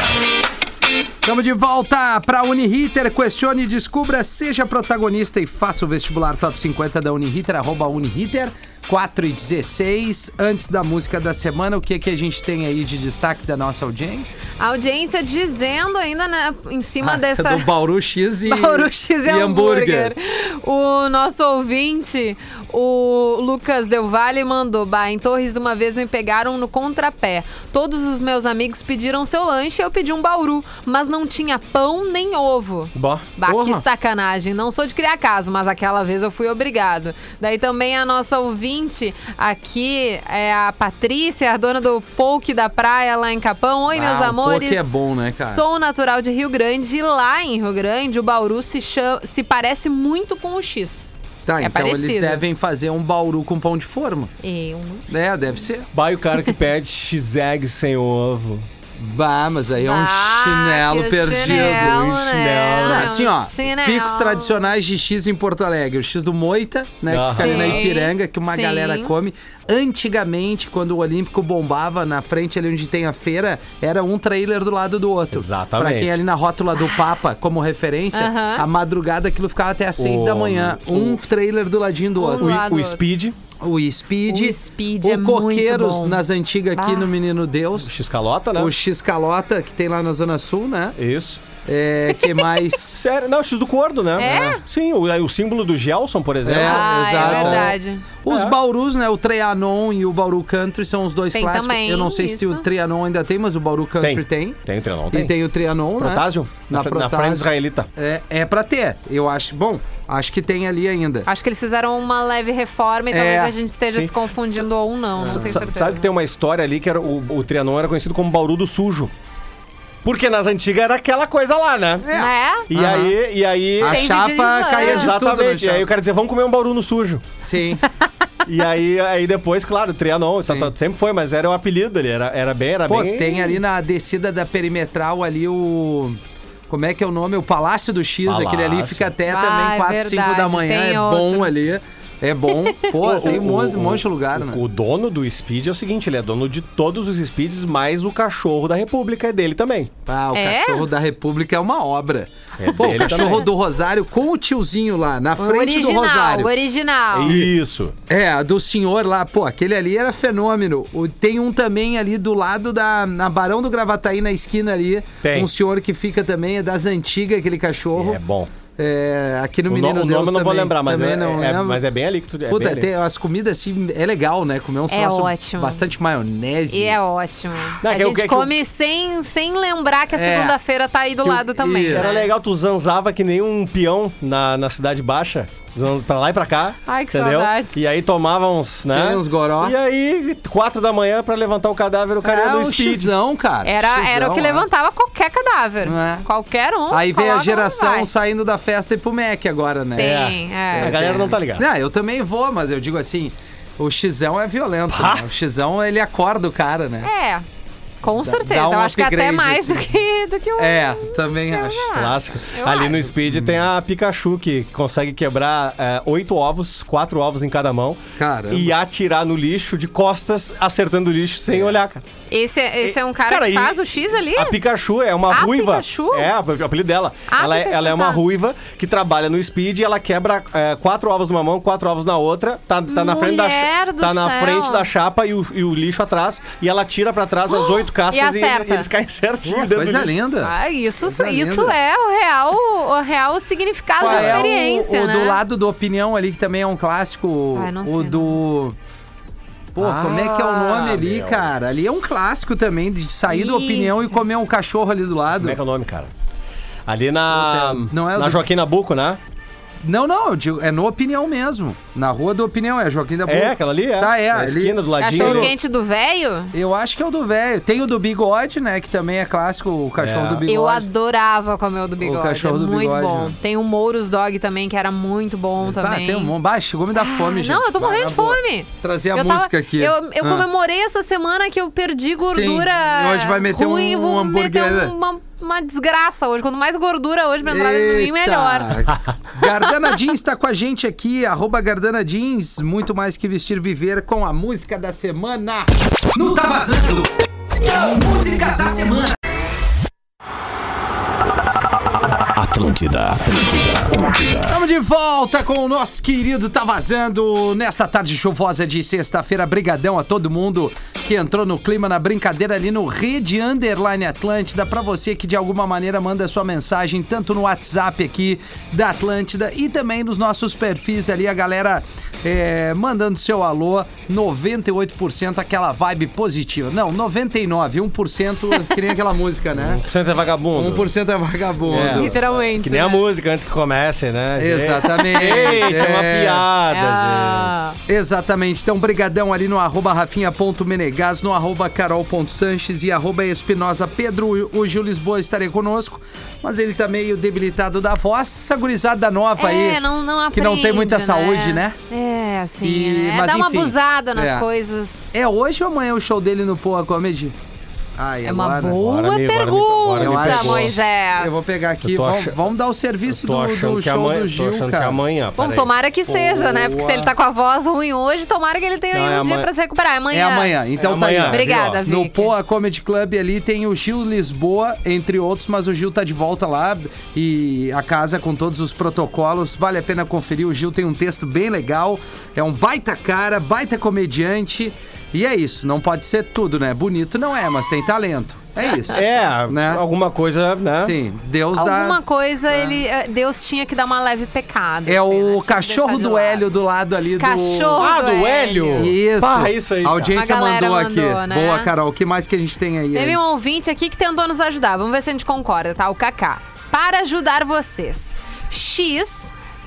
S3: Estamos de volta para Uniriter. Questione, descubra, seja protagonista e faça o vestibular top 50 da Uniriter, arroba Uniriter. 4 e 16, antes da música da semana, o que, que a gente tem aí de destaque da nossa audiência?
S2: A audiência dizendo ainda né, em cima
S3: Ah,
S2: dessa.
S3: Do Bauru X e,
S2: Bauru X e hambúrguer. O nosso ouvinte, o Lucas Del Valle, mandou: Bah, em Torres uma vez me pegaram no contrapé. Todos os meus amigos pediram seu lanche, eu pedi um bauru, mas não tinha pão nem ovo.
S4: Bó.
S2: Bah,
S4: Porra.
S2: que sacanagem. Não sou de criar caso, mas aquela vez eu fui obrigado. Daí também a nossa ouvinte aqui é a Patrícia, a dona do Poke da Praia lá em Capão. Oi, meus
S3: Ah, o
S2: amores.
S3: poke é bom, né, cara?
S2: Sou natural de Rio Grande e lá em Rio Grande o Bauru se, chama- se parece muito com o X.
S3: Tá,
S2: É
S3: então eles
S2: parecido.
S3: devem fazer um Bauru com pão de forma.
S2: Eu.
S3: É, deve ser.
S4: Vai o cara que pede X-Egg sem ovo.
S3: Bah, mas aí é um
S2: Ah, que
S3: chinelo
S2: o
S3: perdido. um
S2: chinelo, né?
S3: Não,
S2: É um
S3: assim, ó,
S2: chinelo.
S3: picos tradicionais de X em Porto Alegre. O X do Moita, né? Que
S4: Aham.
S3: fica ali na
S2: Sim,
S3: Ipiranga, que uma
S2: sim.
S3: galera come. Antigamente, quando o Olímpico bombava na frente ali onde tem a feira, era um trailer do lado do outro.
S4: Exatamente.
S3: Pra quem é ali na rótula do Papa, como referência,
S2: Aham.
S3: a madrugada aquilo ficava até às seis da manhã. Um trailer do ladinho do
S2: Um
S3: outro.
S2: do lado
S4: O,
S2: do
S4: o
S2: outro.
S4: Speed,
S3: O Speed.
S2: O Speed
S3: o
S2: é muito
S3: Coqueiros
S2: bom.
S3: nas antigas aqui
S2: Bah.
S3: no Menino Deus.
S4: o X-Calota, né?
S3: O X Calota, que tem lá na Zona Sul, né?
S4: Isso.
S3: É, que mais.
S4: Sério, não, o X do Cordo, né?
S2: É?
S4: Sim, o, aí o símbolo do Gelson, por exemplo.
S3: É,
S2: ah,
S3: exato.
S2: é verdade.
S3: Os
S4: É.
S3: Baurus, né? O Trianon e o Bauru Country são os dois
S2: Tem
S3: clássicos.
S2: também,
S3: Eu não sei se
S2: isso.
S3: o Trianon ainda tem, mas o Bauru Country tem.
S4: Tem o Trenão,
S3: E tem o Trianon,
S4: Protásio?
S3: né?
S4: Na, fre- na frente
S3: Protásio.
S4: israelita.
S3: É, é pra ter. Eu acho. Bom, acho que tem ali ainda.
S2: Acho que eles fizeram uma leve reforma e
S3: É,
S2: Ah, então talvez a gente esteja
S4: sim.
S2: se confundindo ou não, não tenho
S4: Sa-
S2: certeza.
S4: Sabe que tem uma história ali que era o, o Trianon era conhecido como Bauru do Sujo. Porque nas antigas era aquela coisa lá, né?
S2: É?
S4: E
S3: Aham.
S4: aí, e aí.
S3: A
S2: Tem vídeo
S3: chapa
S2: de-
S3: caía de tudo, né,
S4: Exatamente. e aí o
S3: chapa?
S4: cara dizia, vamos comer um bauru no sujo.
S3: Sim.
S4: E aí, aí depois, claro, Trianon, tá-
S3: Sim.
S4: tá- sempre foi, mas era o apelido ali, era, era bem, era
S3: Pô,
S4: bem.
S3: tem ali na descida da perimetral ali o. Como é que é o nome? O Palácio do X, aquele ali
S4: Palácio.
S3: fica até
S2: Ah,
S3: também 4, 5 da
S2: verdade,
S3: manhã.
S2: tem
S3: É
S2: outro.
S3: bom ali. É bom. Pô, tem um monte, um monte de lugar,
S4: o,
S3: né?
S4: O dono do Speed é o seguinte, ele é dono de todos os Speeds, mais o cachorro da República é dele também.
S3: Ah, o
S2: É?
S3: cachorro da República é uma obra.
S4: É
S3: Pô, o
S4: dele
S3: cachorro
S4: também.
S3: do Rosário com o tiozinho lá, na
S2: O
S3: É frente
S2: original,
S3: do Rosário.
S2: o
S3: Ah.
S2: original.
S4: Isso.
S3: É, a do senhor lá, pô, aquele ali era fenômeno. O- tem um também ali do lado da na Barão do Gravataí, na esquina ali.
S4: Tem.
S3: Um senhor que fica também, é das antigas, aquele cachorro.
S4: É bom.
S3: É, aqui no
S4: O,
S3: Menino
S4: no- o
S3: Deus
S4: nome eu não vou
S3: também-
S4: lembrar, mas,
S3: também
S4: é,
S3: não
S4: é-
S3: lembro.
S4: mas é bem ali que tu... é
S3: Puta,
S4: bem ali.
S3: tem as comidas assim, é legal, né? Comer um troço
S2: ótimo.
S3: bastante maionese.
S2: E é ótimo.
S4: Não,
S2: a
S4: que-
S2: gente
S4: que- que-
S2: come sem, sem lembrar que a
S3: É.
S2: segunda-feira tá aí do
S3: Que o-
S2: lado também.
S3: isso.
S2: né?
S4: Era legal, tu zanzava que nem um peão na, na Cidade Baixa. Zanz- Pra lá e pra cá.
S2: Ai, que saudades.
S4: E aí tomava uns, né?
S3: Sim, uns goró.
S4: E aí, quatro da manhã, pra levantar o cadáver, o cara ia
S3: É
S4: do
S3: um
S4: speed.
S3: xizão, cara.
S2: Era, era o
S3: Xizão,
S2: que
S3: né?
S2: levantava qualquer cadáver.
S3: Não é?
S2: Qualquer um.
S3: Aí vem a
S2: coloca, vai.
S3: geração saindo da festa e pro Mac agora, né?
S2: Tem, é.
S4: A galera não tá ligada.
S3: Não, eu também vou, mas eu digo assim, o xizão é violento,
S4: Ah!
S3: né? O xizão, ele acorda o cara, né?
S2: É, com certeza.
S3: dá um
S2: Eu acho que até
S3: upgrade,
S2: mais do
S3: assim.
S2: que, do que o.
S3: É, também
S2: Ah.
S3: acho.
S4: Clássico.
S2: eu
S4: Ali
S2: acho.
S4: no Speed tem a Pikachu que consegue quebrar é, oito ovos, quatro ovos em cada mão.
S3: Caramba.
S4: E atirar no lixo de costas, acertando o lixo
S3: É.
S4: sem olhar, cara.
S2: Esse, é- esse é um cara,
S4: Cara,
S2: que
S4: e-
S2: faz o X ali?
S4: A Pikachu é uma
S2: A
S4: ruiva.
S2: Pikachu?
S4: É, a- o apelido dela.
S2: Ah,
S4: ela, é,
S2: Pikachu,
S4: ela é uma
S2: tá.
S4: ruiva que trabalha no Speed e ela quebra é, quatro ovos numa mão, quatro ovos na outra. Tá, tá na frente da
S2: Mulher do
S4: Tá na
S2: céu.
S4: frente da chapa e o, e o lixo atrás. E ela tira pra trás as oito cascas e,
S2: acerta.
S4: eles caem certinho dentro do
S3: Coisa
S4: lixo.
S3: linda.
S2: Ah, isso,
S3: Coisa
S2: isso
S3: linda.
S2: é o real, o real significado
S3: Qual
S2: da
S3: é o-
S2: experiência,
S3: o,
S2: né?
S3: do lado do Opinião ali, que também é um clássico.
S2: Ah, não
S3: o
S2: sei,
S3: do. Pô, como é que é o nome ali,
S4: Ah, meu.
S3: cara? Ali é um clássico também, de sair do
S2: Ih.
S3: Opinião e comer um cachorro ali do lado.
S4: Como é que é o nome, cara? Ali na.
S3: Puta, não é o
S4: na
S3: do-
S4: Joaquim Nabuco, né?
S3: Não, não, eu digo, é no Opinião mesmo. Na rua do Opinião, é Joaquim da
S4: É,
S3: Boa.
S4: aquela ali? É.
S3: Tá, é.
S4: Na
S3: ali.
S4: esquina, do ladinho.
S2: Cachorro
S4: ali.
S2: quente do velho?
S3: Eu acho que é o do velho. Tem o do bigode, né? Que também é clássico, o cachorro
S4: É.
S3: do bigode.
S2: Eu adorava comer o do bigode.
S3: cachorro
S2: é
S3: do
S2: muito
S3: bigode,
S2: bom.
S3: né?
S2: Tem o Mouros Dog também, que era muito bom
S3: Ah,
S2: também.
S3: tem um monte. Bah, chegou me dar fome,
S2: Ah,
S3: gente.
S2: Não, eu tô
S3: Vai,
S2: morrendo
S3: na
S2: de
S3: boa.
S2: fome.
S3: Trazer a
S2: Eu tava-
S3: música aqui.
S2: Eu, eu
S3: Ah.
S2: comemorei essa semana que eu perdi gordura.
S3: e hoje vai meter
S2: ruim,
S3: um
S2: vou
S3: hamburguera.
S2: Meter uma, uma desgraça hoje. Quanto mais gordura hoje pra entrar dentro de mim, melhor.
S3: Eita! Gardana Jeans tá com a gente aqui, arroba Gardana Jeans, muito mais que vestir viver com a música da semana.
S14: Não tá vazando. Música da semana.
S15: Atlântida, Atlântida, Atlântida.
S3: Estamos de volta com o nosso querido Tá Vazando nesta tarde chuvosa de sexta-feira. Brigadão a todo mundo que entrou no clima, na brincadeira ali no Rede Underline Atlântida. Pra você que de alguma maneira manda sua mensagem, tanto no WhatsApp aqui da Atlântida e também nos nossos perfis ali, a galera é, mandando seu alô. 98% aquela vibe positiva. Não, 99, 1% que nem aquela música, né?
S4: 1% é vagabundo.
S3: 1% é vagabundo.
S2: Literalmente.
S4: Que nem a
S2: né?
S4: música antes que comece, né?
S3: Exatamente.
S4: Gente, é uma piada,
S2: Ah.
S4: gente.
S3: Exatamente. Então, brigadão ali no arroba rafinha.menegas, no arroba carol.sanches e arroba espinosa Pedro. O Gil Lisboa estaria conosco, mas ele tá meio debilitado da voz. Essa gurizada nova aí,
S2: É, não, não aprende,
S3: que não tem muita saúde, né?
S2: É, assim,
S3: E-
S2: é
S3: mas
S2: dar uma
S3: enfim,
S2: abusada nas
S3: é.
S2: coisas.
S3: É hoje ou amanhã o show dele no Poa Comedy? Ai,
S2: É uma boa
S4: Agora me- agora me- agora me
S2: pergunta,
S4: pegou.
S2: Moisés.
S3: Eu vou pegar aqui,
S4: Eu tô
S3: vamos,
S4: acha-
S3: vamos dar o
S4: Eu
S3: serviço
S4: tô
S3: do,
S4: achando
S3: do
S4: que
S3: show
S4: amanhã,
S3: do
S4: tô
S3: Gil,
S4: achando
S3: cara.
S4: que amanhã.
S2: Bom,
S4: peraí.
S2: tomara que seja, né? Porque se ele tá com a voz ruim hoje, tomara que ele tenha
S4: Não,
S2: aí um
S4: é
S2: dia
S4: amanhã.
S2: pra se recuperar. É amanhã.
S3: É amanhã, então tá aí.
S4: amanhã,
S3: ó.
S2: Obrigada,
S4: viu,
S2: Vicky.
S3: No Poa Comedy Club ali tem o Gil Lisboa, entre outros, mas o Gil tá de volta lá e a casa com todos os protocolos. Vale a pena conferir. O Gil tem um texto bem legal, é um baita cara, baita comediante. E é isso, não pode ser tudo, né? Bonito não é, mas tem talento. É isso.
S4: É,
S3: Né?
S4: alguma coisa, né?
S3: Sim, Deus
S2: Alguma
S3: dá.
S2: coisa, ele, eh, Deus tinha que dar uma leve pecado.
S3: É
S2: assim, né?
S3: o
S2: Tinha que deixar
S3: cachorro
S2: de
S3: do
S2: lado.
S3: Hélio do lado ali do.
S2: Cachorro
S4: Ah, do Hélio?
S3: Isso.
S4: Pá, isso aí,
S3: A
S4: cara.
S3: audiência
S2: A galera
S3: mandou,
S2: mandou,
S3: aqui.
S2: né?
S3: Boa, Carol. O que mais que a gente tem aí?
S2: Teve
S3: Elis?
S2: um ouvinte aqui que tentou nos ajudar. Vamos ver se a gente concorda, tá? O Kaká. Para ajudar vocês, X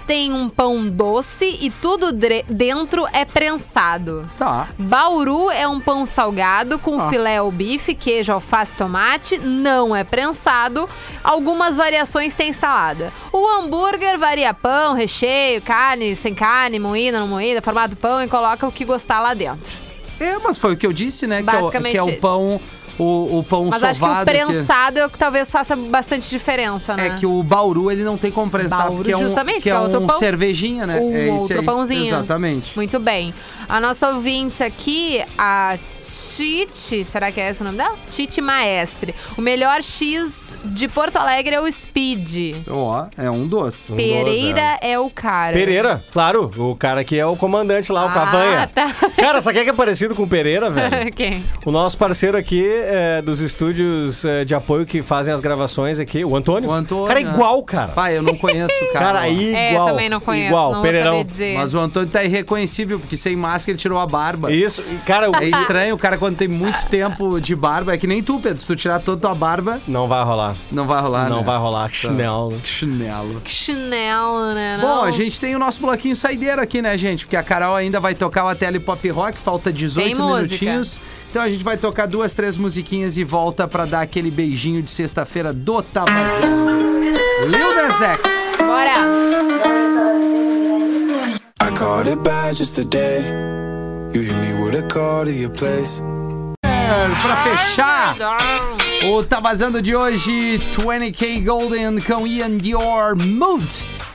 S2: tem um pão doce e tudo dre- dentro é prensado.
S3: Tá.
S2: Bauru é um pão salgado com filé ao bife, queijo, alface, tomate. Não é prensado. Algumas variações têm salada. O hambúrguer varia pão, recheio, carne, sem carne, moída, não moída, formato pão e coloca o que gostar lá dentro.
S3: É, mas foi o que eu disse, né? Que é o,
S2: Basicamente
S3: que é o
S2: isso.
S3: pão, o, o pão
S2: Mas acho que o
S3: sovado.
S2: prensado é o que talvez faça bastante diferença, né?
S3: É que o Bauru ele não tem como prensar,
S2: Bauru,
S3: porque é um,
S2: justamente,
S3: que é
S2: que é outro
S3: um
S2: pão.
S3: cervejinha, né?
S2: Um
S3: é isso
S2: outro
S3: aí.
S2: pãozinho.
S3: Exatamente.
S2: Muito bem. A nossa ouvinte aqui, a Tite, será que é esse o nome dela? Tite Maestre. O melhor X de Porto Alegre é o Speed.
S3: Ó, é um doce.
S2: Pereira é o cara.
S4: Pereira, claro, o cara que é o comandante lá, o
S2: Ah,
S4: Cavanha.
S2: tá.
S4: Cara, sabe quem é que é parecido com o Pereira, velho?
S2: Quem?
S4: O nosso parceiro aqui é, dos estúdios é, de apoio que fazem as gravações aqui, o Antônio.
S3: O Antônio.
S4: Cara, é igual, cara.
S3: Pai, eu não conheço o cara.
S4: Cara,
S3: ó.
S2: É,
S4: igual.
S2: também não conheço.
S4: Igual,
S2: não vou
S4: Pereirão.
S2: saber dizer.
S3: Mas o Antônio tá irreconhecível, porque sem máscara ele tirou a barba.
S4: Isso, e, cara, o-
S3: É estranho, o cara quando tem muito tempo de barba, é que nem tu, Pedro. Se tu tirar toda a tua barba,
S4: não vai rolar.
S3: não vai rolar,
S4: não
S3: né?
S4: vai rolar. Chinelo. né?
S3: Que Chinelo.
S2: Que chinelo, né?
S3: Bom,
S2: Não.
S3: a gente tem o nosso bloquinho saideiro aqui, né, gente? Porque a Carol ainda vai tocar o Ateli Pop Rock, falta 18
S2: Tem música.
S3: minutinhos. Então a gente vai tocar duas, três musiquinhas e volta pra dar aquele beijinho de sexta-feira do Tabazão. Lil Nas X.
S2: Bora.
S7: I called it bad just today. You hit me with a call to your place.
S3: Pra fechar o Tá Vazando de hoje, 20K Golden com Ian Dior Mood.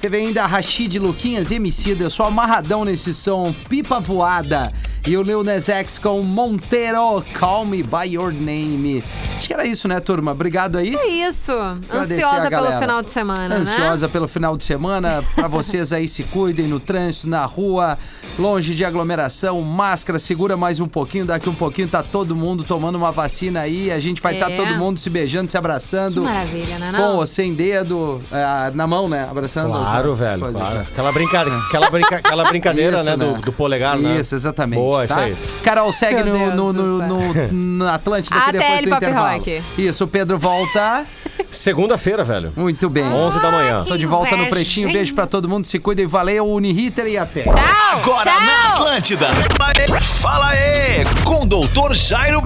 S3: Teve ainda Rashid Luquinhas MC, eu sou amarradão nesse som, Pipa Voada. E o Lil Nas X com Monteiro, Call Me By Your Name. Acho que era isso, né, turma? Obrigado aí.
S2: É isso.
S3: Agradecer a
S2: Ansiosa pelo
S3: galera.
S2: final de semana, né?
S3: Ansiosa pelo final de semana. Pra vocês aí, se cuidem no trânsito, na rua, longe de aglomeração, máscara, segura mais um pouquinho. Daqui um pouquinho tá todo mundo tomando uma vacina aí. A gente vai estar
S2: É.
S3: todo mundo se beijando, se abraçando.
S2: Que maravilha, né, não?
S3: Com ou sem dedo, ah, na mão, né? Abraçando. as-
S4: Claro,
S3: as
S4: velho.
S3: coisas,
S4: claro.
S3: né?
S4: Aquela, brincadeira, aquela, brinca- aquela brincadeira,
S3: Isso,
S4: né, Do, do polegar, né?
S3: Isso, exatamente.
S4: Boa,
S3: tá?
S4: isso aí.
S3: Carol segue
S2: Meu
S3: no,
S2: Deus
S3: no,
S2: do
S3: no,
S2: céu.
S3: no- na Atlântida que
S2: Até
S3: depois
S2: ele,
S3: do
S2: Papi
S3: intervalo.
S2: Rock.
S3: Isso, o Pedro volta.
S4: Segunda-feira, velho.
S3: Muito bem.
S4: 11 da
S2: Ah,
S4: manhã.
S3: Tô de volta no Pretinho. Beijo pra todo mundo. Se cuidem. Valeu, Uniriter e até.
S2: Tchau.
S15: Agora
S2: Tchau.
S15: na Atlântida. Fala aí, com o Dr. Jairo